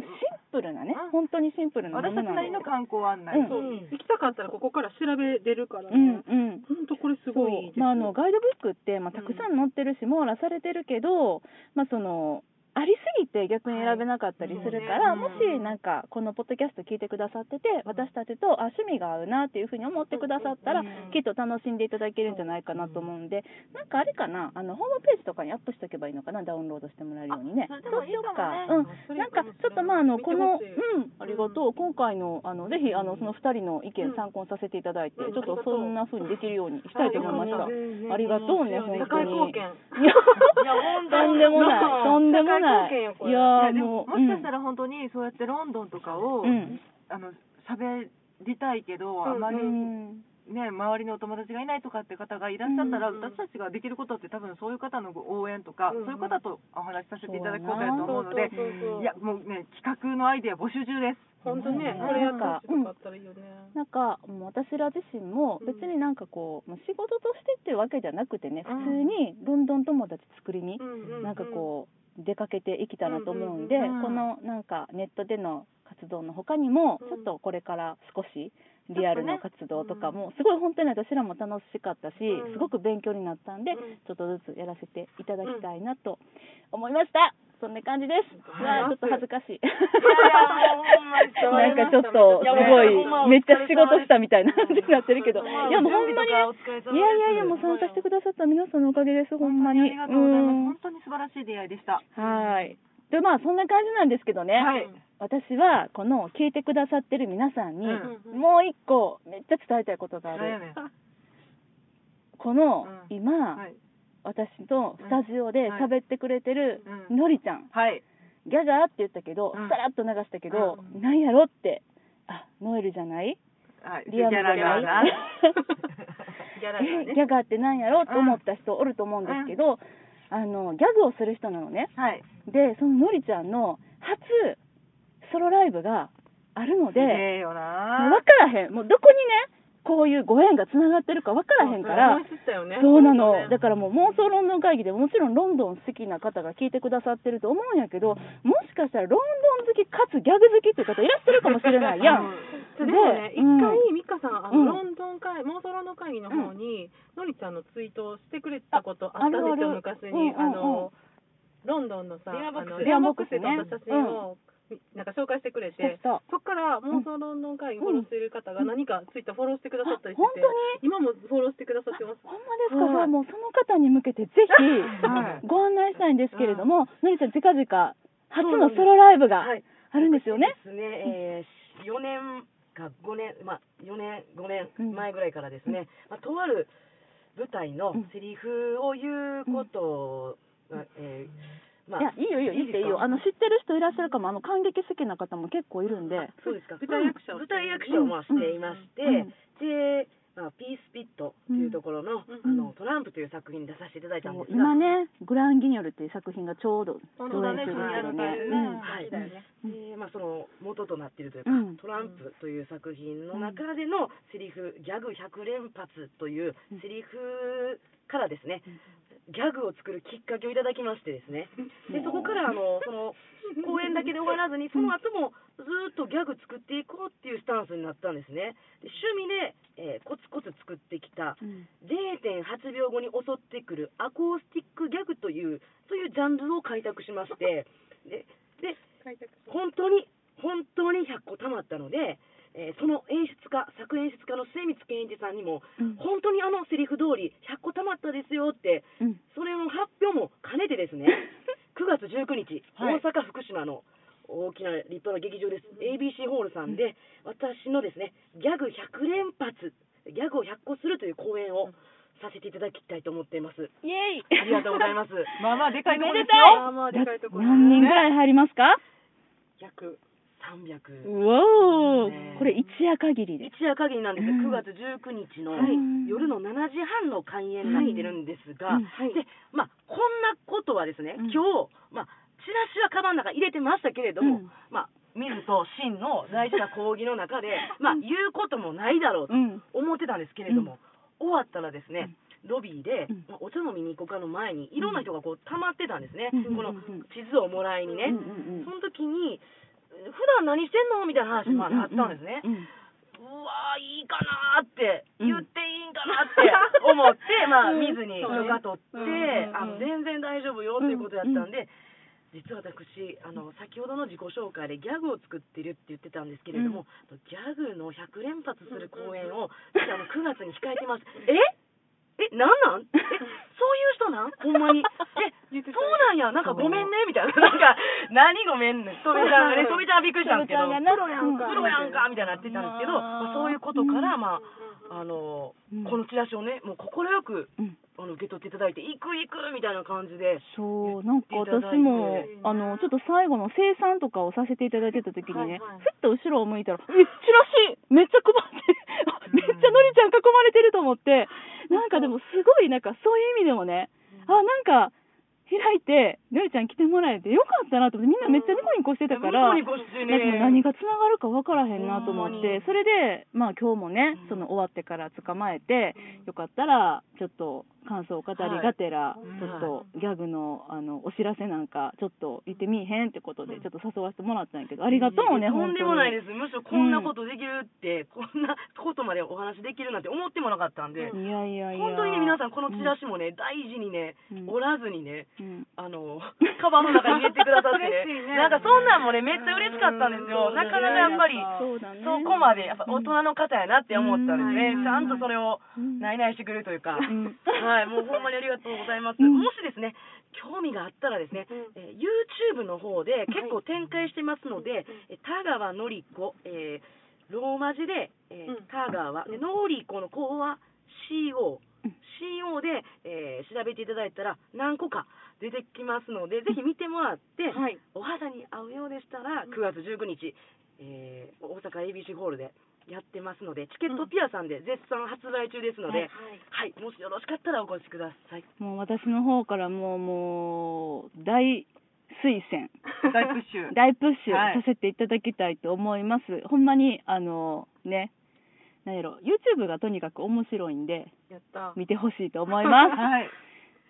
[SPEAKER 1] ンプルなね
[SPEAKER 2] う、ん
[SPEAKER 1] 本当にシンプルなもの
[SPEAKER 2] 私たち
[SPEAKER 1] な
[SPEAKER 2] なんり
[SPEAKER 1] で
[SPEAKER 2] の観光案内、
[SPEAKER 1] うん
[SPEAKER 3] そう行きたかったらここから調べれるから
[SPEAKER 1] うん
[SPEAKER 3] ね。
[SPEAKER 1] うん。
[SPEAKER 3] 本当これすごいで
[SPEAKER 1] そ
[SPEAKER 3] す
[SPEAKER 1] う
[SPEAKER 3] よ。
[SPEAKER 1] まあ、あのガイドブックって、まあ、たくさん載ってるし、網羅されてるけど、まあ、そのありすぎて逆に選べなかったりするから、
[SPEAKER 2] はいそうね
[SPEAKER 1] もしなんかこのポッドキャスト聞いてくださってて、私たちとあ趣味が合うなっていうふうに思ってくださったら、
[SPEAKER 2] うん
[SPEAKER 1] きっと楽しんでいただけるんじゃないかなと思うんで、なんかあれかなあのホームページとかにアップしておけばいいのかなダウンロードしてもらえるようにね。
[SPEAKER 2] あそれ
[SPEAKER 1] そ
[SPEAKER 2] で
[SPEAKER 1] う
[SPEAKER 2] も
[SPEAKER 1] し
[SPEAKER 2] いい
[SPEAKER 1] よう
[SPEAKER 2] かもね
[SPEAKER 1] か、うんなんかちょっとまああのこのうんありがとう今回のあのぜひあのその二人の意見参考にさせていただいて、
[SPEAKER 3] うん
[SPEAKER 1] ちょっとそんな風にできるようにしたいと思いました。
[SPEAKER 3] うん
[SPEAKER 1] ありがとうね本当に
[SPEAKER 3] 社会貢献。
[SPEAKER 1] いや
[SPEAKER 4] いや本当
[SPEAKER 1] とんでもない、とんでもな
[SPEAKER 3] 社会貢献よ
[SPEAKER 1] い。
[SPEAKER 3] こ
[SPEAKER 1] い
[SPEAKER 3] れ
[SPEAKER 1] やー
[SPEAKER 2] で
[SPEAKER 1] も
[SPEAKER 2] も
[SPEAKER 1] う、
[SPEAKER 2] もしかしたら本当にそうやってロンドンとかを、
[SPEAKER 1] うん、
[SPEAKER 2] あの喋りたいけど、あま
[SPEAKER 1] う
[SPEAKER 2] り
[SPEAKER 1] ん、
[SPEAKER 2] ね、周りのお友達がいないとかって方がいらっしゃったら、
[SPEAKER 3] うん
[SPEAKER 2] 私たちができることって多分そういう方のご応援とか、
[SPEAKER 3] うんうん
[SPEAKER 2] そういう方とお話しさせていただくことだと思うので
[SPEAKER 3] そうそうそうそう
[SPEAKER 2] いやもうね企画のアイデア募集中です
[SPEAKER 3] 本当ね、
[SPEAKER 1] うん
[SPEAKER 3] これやってほしかったらいいよね。
[SPEAKER 1] なんかもう私ら自身も
[SPEAKER 3] うん
[SPEAKER 1] 別になんかこう、もう仕事としてっていうわけじゃなくてね、
[SPEAKER 2] うん
[SPEAKER 1] 普通にロンドン友達作りに
[SPEAKER 3] う、うう
[SPEAKER 1] なんかこう出かけていきたらと思うんで、
[SPEAKER 2] うんうんうん
[SPEAKER 1] このなんかネットでの活動の他にも、
[SPEAKER 3] うん
[SPEAKER 1] ちょっとこれから少しリアルな活動とかも、すごい本当に私らも楽しかったし、
[SPEAKER 3] うん
[SPEAKER 1] すごく勉強になったんで、
[SPEAKER 3] うん
[SPEAKER 1] ちょっとずつやらせていただきたいなと思いました。そんな感じです。うわあ、ちょっと恥ずかしい。
[SPEAKER 4] やもうほんまにそう
[SPEAKER 1] なんかちょっとすご
[SPEAKER 4] いやほんまお
[SPEAKER 1] い
[SPEAKER 4] 疲れ
[SPEAKER 1] めっちゃ
[SPEAKER 4] 様
[SPEAKER 1] 仕事したみたいな感じになってるけど、
[SPEAKER 3] うん
[SPEAKER 1] いやもうほんまにね、
[SPEAKER 5] 準備とかお疲れ様です
[SPEAKER 1] いやいやいやもう参加してくださった皆さんのおかげですほんまに。
[SPEAKER 2] ありがとうござ
[SPEAKER 1] うん
[SPEAKER 2] います。本当に素晴らしい出会いでした。
[SPEAKER 1] はい。でまあそんな感じなんですけどね、
[SPEAKER 2] はい。
[SPEAKER 1] 私はこの聞いてくださってる皆さんに、
[SPEAKER 2] うん
[SPEAKER 1] もう一個めっちゃ伝えたいことがあ
[SPEAKER 2] だよ
[SPEAKER 1] る。
[SPEAKER 2] ね。
[SPEAKER 1] この、
[SPEAKER 2] うん
[SPEAKER 1] 今、
[SPEAKER 2] はい。
[SPEAKER 1] 私とスタジオで喋ってくれてる
[SPEAKER 2] うん
[SPEAKER 1] のりちゃん、
[SPEAKER 2] はい。
[SPEAKER 1] ギャガーって言ったけど、
[SPEAKER 2] うん
[SPEAKER 1] さらっと流したけど、
[SPEAKER 2] う
[SPEAKER 1] なんやろって、あノエルじゃない
[SPEAKER 2] はい。
[SPEAKER 1] リアムじゃない
[SPEAKER 2] ギャ ラがな
[SPEAKER 3] ギャラが
[SPEAKER 1] え
[SPEAKER 3] ね
[SPEAKER 1] ギャガーってなんやろと思った人おると思うんですけど、あのギャグをする人なのね
[SPEAKER 2] はい。
[SPEAKER 1] でそののりちゃんの初ソロライブがあるので、
[SPEAKER 2] すげえよな
[SPEAKER 1] もう分からへんもうどこにねこういうご縁がつながってるか分からへんから
[SPEAKER 3] 思い知ったよね
[SPEAKER 1] そうなの、
[SPEAKER 3] だ
[SPEAKER 1] だからもう妄想ロンドン会議でもちろんロンドン好きな方が聞いてくださってると思うんやけどもしかしたらロンドン好きかつギャグ好きっていう方いらっしゃるかもしれないやん。
[SPEAKER 3] でもね
[SPEAKER 1] で
[SPEAKER 3] 一
[SPEAKER 1] うん
[SPEAKER 3] 回ミカさんあ
[SPEAKER 1] う
[SPEAKER 3] の
[SPEAKER 1] ん
[SPEAKER 3] ロンドン会妄想ロンドン会議の方にのりちゃんのツイートをしてくれたことあったんです
[SPEAKER 1] あるあ
[SPEAKER 3] よ
[SPEAKER 1] る
[SPEAKER 3] 昔
[SPEAKER 1] うんうんう
[SPEAKER 3] に
[SPEAKER 1] ん
[SPEAKER 3] あのロンドンのさ
[SPEAKER 4] 電話ボッ
[SPEAKER 3] あ
[SPEAKER 4] クス
[SPEAKER 3] の
[SPEAKER 1] 電話
[SPEAKER 3] 電話
[SPEAKER 1] ボッ
[SPEAKER 3] ボッ
[SPEAKER 1] ク
[SPEAKER 3] ク
[SPEAKER 1] ス
[SPEAKER 3] ス
[SPEAKER 1] ね
[SPEAKER 3] で撮った写真をなんか紹介してくれ
[SPEAKER 1] した
[SPEAKER 3] て
[SPEAKER 1] した
[SPEAKER 3] そこから妄想ロンドン会議フォローしてる方が何かツイッターフォローしてくださったりして
[SPEAKER 1] 本当
[SPEAKER 3] て
[SPEAKER 1] に
[SPEAKER 3] 今もフォローしてくださってます
[SPEAKER 1] ほんまですか、じゃ
[SPEAKER 2] は
[SPEAKER 1] あ
[SPEAKER 2] い
[SPEAKER 1] もうその方に向けてぜ
[SPEAKER 2] は
[SPEAKER 1] ひ
[SPEAKER 2] い
[SPEAKER 1] ご案内したいんですけれども、のりちゃん、近々、初
[SPEAKER 4] そう
[SPEAKER 1] の
[SPEAKER 4] なんです
[SPEAKER 1] ソロライブが
[SPEAKER 4] はい
[SPEAKER 1] あるんですよね。
[SPEAKER 4] そうですね、えー、4年か5年、まあ、4年、5
[SPEAKER 1] うん
[SPEAKER 4] 年前ぐらいからですね、まあ、とある舞台の
[SPEAKER 1] うん
[SPEAKER 4] セリフを言うことが、えーまあ
[SPEAKER 1] いや、いいよ、いいよ、言っていいよ、あの知ってる人いらっしゃるかも、あの感激好きな方も結構いるんで、
[SPEAKER 4] そうですか。
[SPEAKER 3] 舞台役者を
[SPEAKER 4] 舞台役者をまあしていまして、
[SPEAKER 1] うんうん
[SPEAKER 4] で、まあ、ピースピットというところの、
[SPEAKER 3] うん
[SPEAKER 4] あのトランプという作品に出させていただいたんですが、
[SPEAKER 1] 今ね、グランギニョルっていう作品がちょうど
[SPEAKER 3] 本
[SPEAKER 1] 上
[SPEAKER 3] 当だ
[SPEAKER 1] 映
[SPEAKER 3] ね
[SPEAKER 1] 中ですよ
[SPEAKER 3] そ
[SPEAKER 1] ねう
[SPEAKER 3] うや。ろ
[SPEAKER 1] ん
[SPEAKER 3] ね好きだよね
[SPEAKER 4] でまあ、その元となっているというか、
[SPEAKER 1] うん
[SPEAKER 4] トランプという作品の中でのセリフ、ギャグ100連発というセリフからですね、ギャグを作るきっかけをいただきましてですね、でそこからあのその公演だけで終わらずに、その後もずーっとギャグ作っていこうっていうスタンスになったんですね。で趣味で、えーコツコツ作ってきた
[SPEAKER 1] うん
[SPEAKER 4] 0.8秒後に襲ってくるアコースティックギャグというそういうジャンルを開拓しましてでで本当に本当に100個たまったので、えーその演出家作演出家の末光健一さんにも、
[SPEAKER 1] うん
[SPEAKER 4] 本当にあのセリフ通り100個たまったですよって
[SPEAKER 1] うん
[SPEAKER 4] それの発表も兼ねてですね9月19日、
[SPEAKER 2] はい
[SPEAKER 4] 大阪福島の大きな立派な劇場です ABC ホールさんで私のですねギャグ100連発ギャグを100個するという公演をさせていただきたいと思っています
[SPEAKER 1] イエイ
[SPEAKER 4] ありがとうございます
[SPEAKER 2] まあまあでかいとこです
[SPEAKER 1] め
[SPEAKER 2] よ。
[SPEAKER 3] あーまあでかいところ
[SPEAKER 1] 何人ぐらい入りますか
[SPEAKER 4] 約300
[SPEAKER 1] うお
[SPEAKER 4] ね
[SPEAKER 1] ー、これ一夜限りで
[SPEAKER 4] 一夜限りなんですよ、
[SPEAKER 1] うん
[SPEAKER 4] 9月19日の
[SPEAKER 1] はい
[SPEAKER 4] 夜の7時半の開演になってるんですが、
[SPEAKER 1] うん
[SPEAKER 4] でまあ、こんなことはですね、
[SPEAKER 1] うん
[SPEAKER 4] 今日、まあ、チラシはカバンの中に入れてましたけれども、
[SPEAKER 1] うん
[SPEAKER 4] まあ、水と真の大事な講義の中で、まあ、言うこともないだろうと
[SPEAKER 1] うん
[SPEAKER 4] 思ってたんですけれども、終わったらですね、ロビーで、
[SPEAKER 1] うん
[SPEAKER 4] まあ、お茶飲みに行こうかの前にいろんな人がこう溜まってたんですね、
[SPEAKER 1] うん
[SPEAKER 4] この地図をもらいにね、
[SPEAKER 1] うんうんうん
[SPEAKER 4] その時に普段何してんのみたいな話もあったんですね、
[SPEAKER 1] うんうんうん
[SPEAKER 4] うわーいいかなーって言っていいんかな って思って、まあ見ずに許可取って、あの全然大丈夫よということやったんで、実は私あの先ほどの自己紹介でギャグを作ってるって言ってたんですけれども、ギャグの100連発する公演を、実はあの9月に控えてます ええなんなんえそういう人 なんほんまにえそうなんやなんかごめんねみたいななんか何ごめんねとべちゃんがねとべちゃんはびっくりしたんですけど
[SPEAKER 1] とべちゃんがな
[SPEAKER 4] プロやんか
[SPEAKER 1] うん
[SPEAKER 4] プロやんかみたいになってたんですけど、まあそういうことからまああの
[SPEAKER 1] うん
[SPEAKER 4] このチラシをねもう快く
[SPEAKER 1] うん
[SPEAKER 4] あの受け取っていただいて行く行くみたいな感じで
[SPEAKER 1] そうなんか
[SPEAKER 4] 言っていただ
[SPEAKER 1] 私
[SPEAKER 4] いて
[SPEAKER 1] もあのちょっと最後の生産とかをさせていただいてた時にね、ふっと後ろを向いたら「えチラシめっちゃ配って めっちゃのりちゃん囲まれてる」と思ってなんかでもすごいなんかそういう意味でもねあなんか開いてのりちゃん来てもらえてよかったなと思ってみんなめっちゃニコニコしてたから。
[SPEAKER 4] ニコニコして
[SPEAKER 1] なんか
[SPEAKER 4] ね
[SPEAKER 1] 何がつながるか分からへんなと思
[SPEAKER 4] ほ
[SPEAKER 1] っ
[SPEAKER 4] んまに
[SPEAKER 1] てそれでまあ今日もねその終わってから捕まえてよかったらちょっと感想を語りがてら
[SPEAKER 2] い
[SPEAKER 1] ちょっとギャグのあのお知らせなんかちょっと言ってみいへんってことでちょっと誘わせてもらったんやけどありがとうね
[SPEAKER 4] いえいえと
[SPEAKER 1] 本当
[SPEAKER 4] ん
[SPEAKER 1] に
[SPEAKER 4] でもないですむしろこんなことできるって、こんなことまでお話できるなんて思ってもなかったんで、
[SPEAKER 1] いやいやいや
[SPEAKER 4] 本当にね皆さんこのチラシもね、大事にね、
[SPEAKER 1] うん
[SPEAKER 4] おらずにね
[SPEAKER 1] うん
[SPEAKER 4] あのカバンの中に入れてくださってね
[SPEAKER 3] 嬉しいね
[SPEAKER 4] なんかそんなんもねめっちゃ嬉しかったんですよなかなかやっぱり
[SPEAKER 1] そうだね
[SPEAKER 4] そこまでやっぱ大人の方やなって思ったんですね、
[SPEAKER 3] うん
[SPEAKER 4] ちゃんとそれを
[SPEAKER 1] うん
[SPEAKER 4] ないないしてくれるというか、
[SPEAKER 1] ん
[SPEAKER 4] はいもうほんまにありがとうございます、
[SPEAKER 1] うん
[SPEAKER 4] もしですね興味があったらですね、
[SPEAKER 3] うん
[SPEAKER 4] えー YouTube の方で結構展開してますので、えー田川のり子、えーローマ字で、えー
[SPEAKER 3] うん
[SPEAKER 4] 田川でのり子の子は CO CO で、えー調べていただいたら何個か出てきますのでぜひ見てもらって、
[SPEAKER 3] はい
[SPEAKER 4] お肌に合うようでしたら9月19日、えー大阪 ABC ホールでやってますのでチケットピアさんで絶賛発売中ですので、はい、もしよろしかったらお越しください。
[SPEAKER 1] もう私の方からもうもう大推薦
[SPEAKER 2] 大プッシュ
[SPEAKER 1] 大プッシュ
[SPEAKER 2] はい
[SPEAKER 1] させていただきたいと思います、ほんまにあのねなんやろ YouTube がとにかく面白いんで
[SPEAKER 3] やった
[SPEAKER 1] 見てほしいと思います
[SPEAKER 2] はい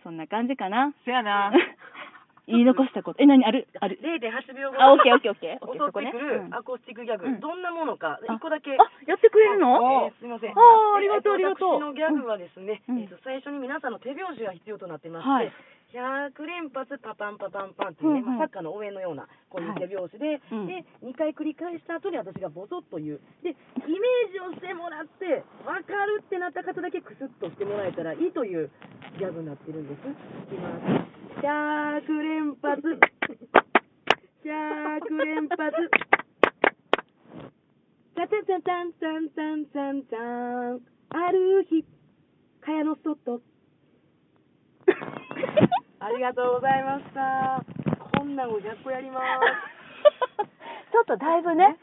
[SPEAKER 1] そんな感じかな
[SPEAKER 2] せやな
[SPEAKER 1] 言い残したことえ何あるある
[SPEAKER 4] 0.8秒後
[SPEAKER 1] あオッケーオッケーオッケーオッケー
[SPEAKER 4] 襲
[SPEAKER 1] そこ
[SPEAKER 4] って
[SPEAKER 1] ね
[SPEAKER 4] くる
[SPEAKER 1] うん
[SPEAKER 4] アコースティックギャグ、
[SPEAKER 1] うん
[SPEAKER 4] どんなものか、一個だけ。
[SPEAKER 1] あやってくれるの
[SPEAKER 4] えーすみません。
[SPEAKER 1] あーありがとうありがとう
[SPEAKER 4] 私のギャグはですね、
[SPEAKER 1] うん
[SPEAKER 4] えーと最初に皆さんの手拍子が必要となってまして、
[SPEAKER 1] はい
[SPEAKER 4] 100連発パパンパパンパンっていうね、
[SPEAKER 1] うんうん
[SPEAKER 4] まあサッカーの応援のようなこういう手拍子で、
[SPEAKER 1] うん
[SPEAKER 4] で2回繰り返した後に私がボソッと言うでイメージをしてもらって分かるってなった方だけクスッとしてもらえたらいいというギャグになってるんですいきます100連発100連発タタタタンタンタンタンタンある日蚊帳の 外ありがとうございましたこんなん500個やります
[SPEAKER 1] ちょっとだいぶね、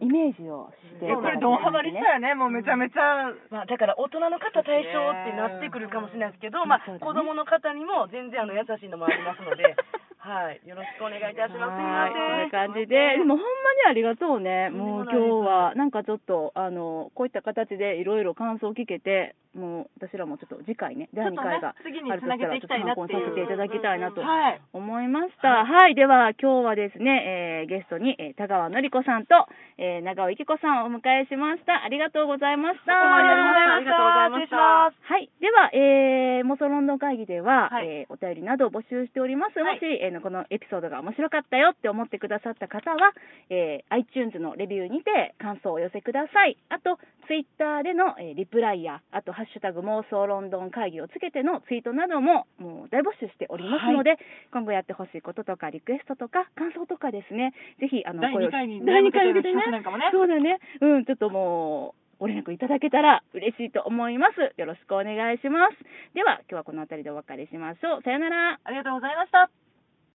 [SPEAKER 1] イメージをして
[SPEAKER 2] えこれドンハマりしたよねもうめちゃめちゃ
[SPEAKER 4] まあ、だから大人の方対象ってなってくるかもしれないですけど、まあ、
[SPEAKER 1] そうだね
[SPEAKER 4] 子供の方にも全然あの優しいのもあります ので、はい、よろしくお願いいたします。すみま
[SPEAKER 1] はい、こんな
[SPEAKER 4] せん。
[SPEAKER 1] 感じで、でもほんまにありがとうね。もう今日は、なんかちょっと、あの、こういった形でいろいろ感想を聞けて、もう私らもちょっと次回ね、第2回があ
[SPEAKER 2] ちょっとね次に
[SPEAKER 1] るとした
[SPEAKER 2] 繋げ
[SPEAKER 1] ら、
[SPEAKER 2] てい
[SPEAKER 1] ちょっ
[SPEAKER 2] き
[SPEAKER 1] と
[SPEAKER 2] たいな
[SPEAKER 1] 参
[SPEAKER 2] ってい
[SPEAKER 1] 考に
[SPEAKER 2] う
[SPEAKER 1] させていただきたいなと
[SPEAKER 2] はい
[SPEAKER 1] 思いました。はい、では今日はですね、えーゲストに、えー田川のり子さんと、えー長尾幸子さんをお迎えしました。ありがとうございました。
[SPEAKER 4] ありがとうございました。失礼します。
[SPEAKER 1] はい。では、えー、妄想ロンドン会議では、
[SPEAKER 2] はい
[SPEAKER 1] えーお便りなどを募集しております。もし、えーのこのエピソードが面白かったよって思ってくださった方は、えー iTunes のレビューにて感想をお寄せください。あと、Twitter での、えーリプライや、あと、ハッシュタグ妄想ロンドン会議をつけてのツイートなども、もう大募集しておりますので、今後やってほしいこととか、リクエストとか、感想とかですね、ぜひ、あの、
[SPEAKER 2] 第
[SPEAKER 1] 声を
[SPEAKER 2] 2回に
[SPEAKER 1] 第2回に向けてね
[SPEAKER 2] 第二回に向けてなんかもね
[SPEAKER 1] そうだね。うん、ちょっともう、ご連絡いただけたら嬉しいと思います。よろしくお願いします。では、今日はこの辺りでお別れしましょう。さよなら。
[SPEAKER 2] ありがとうございました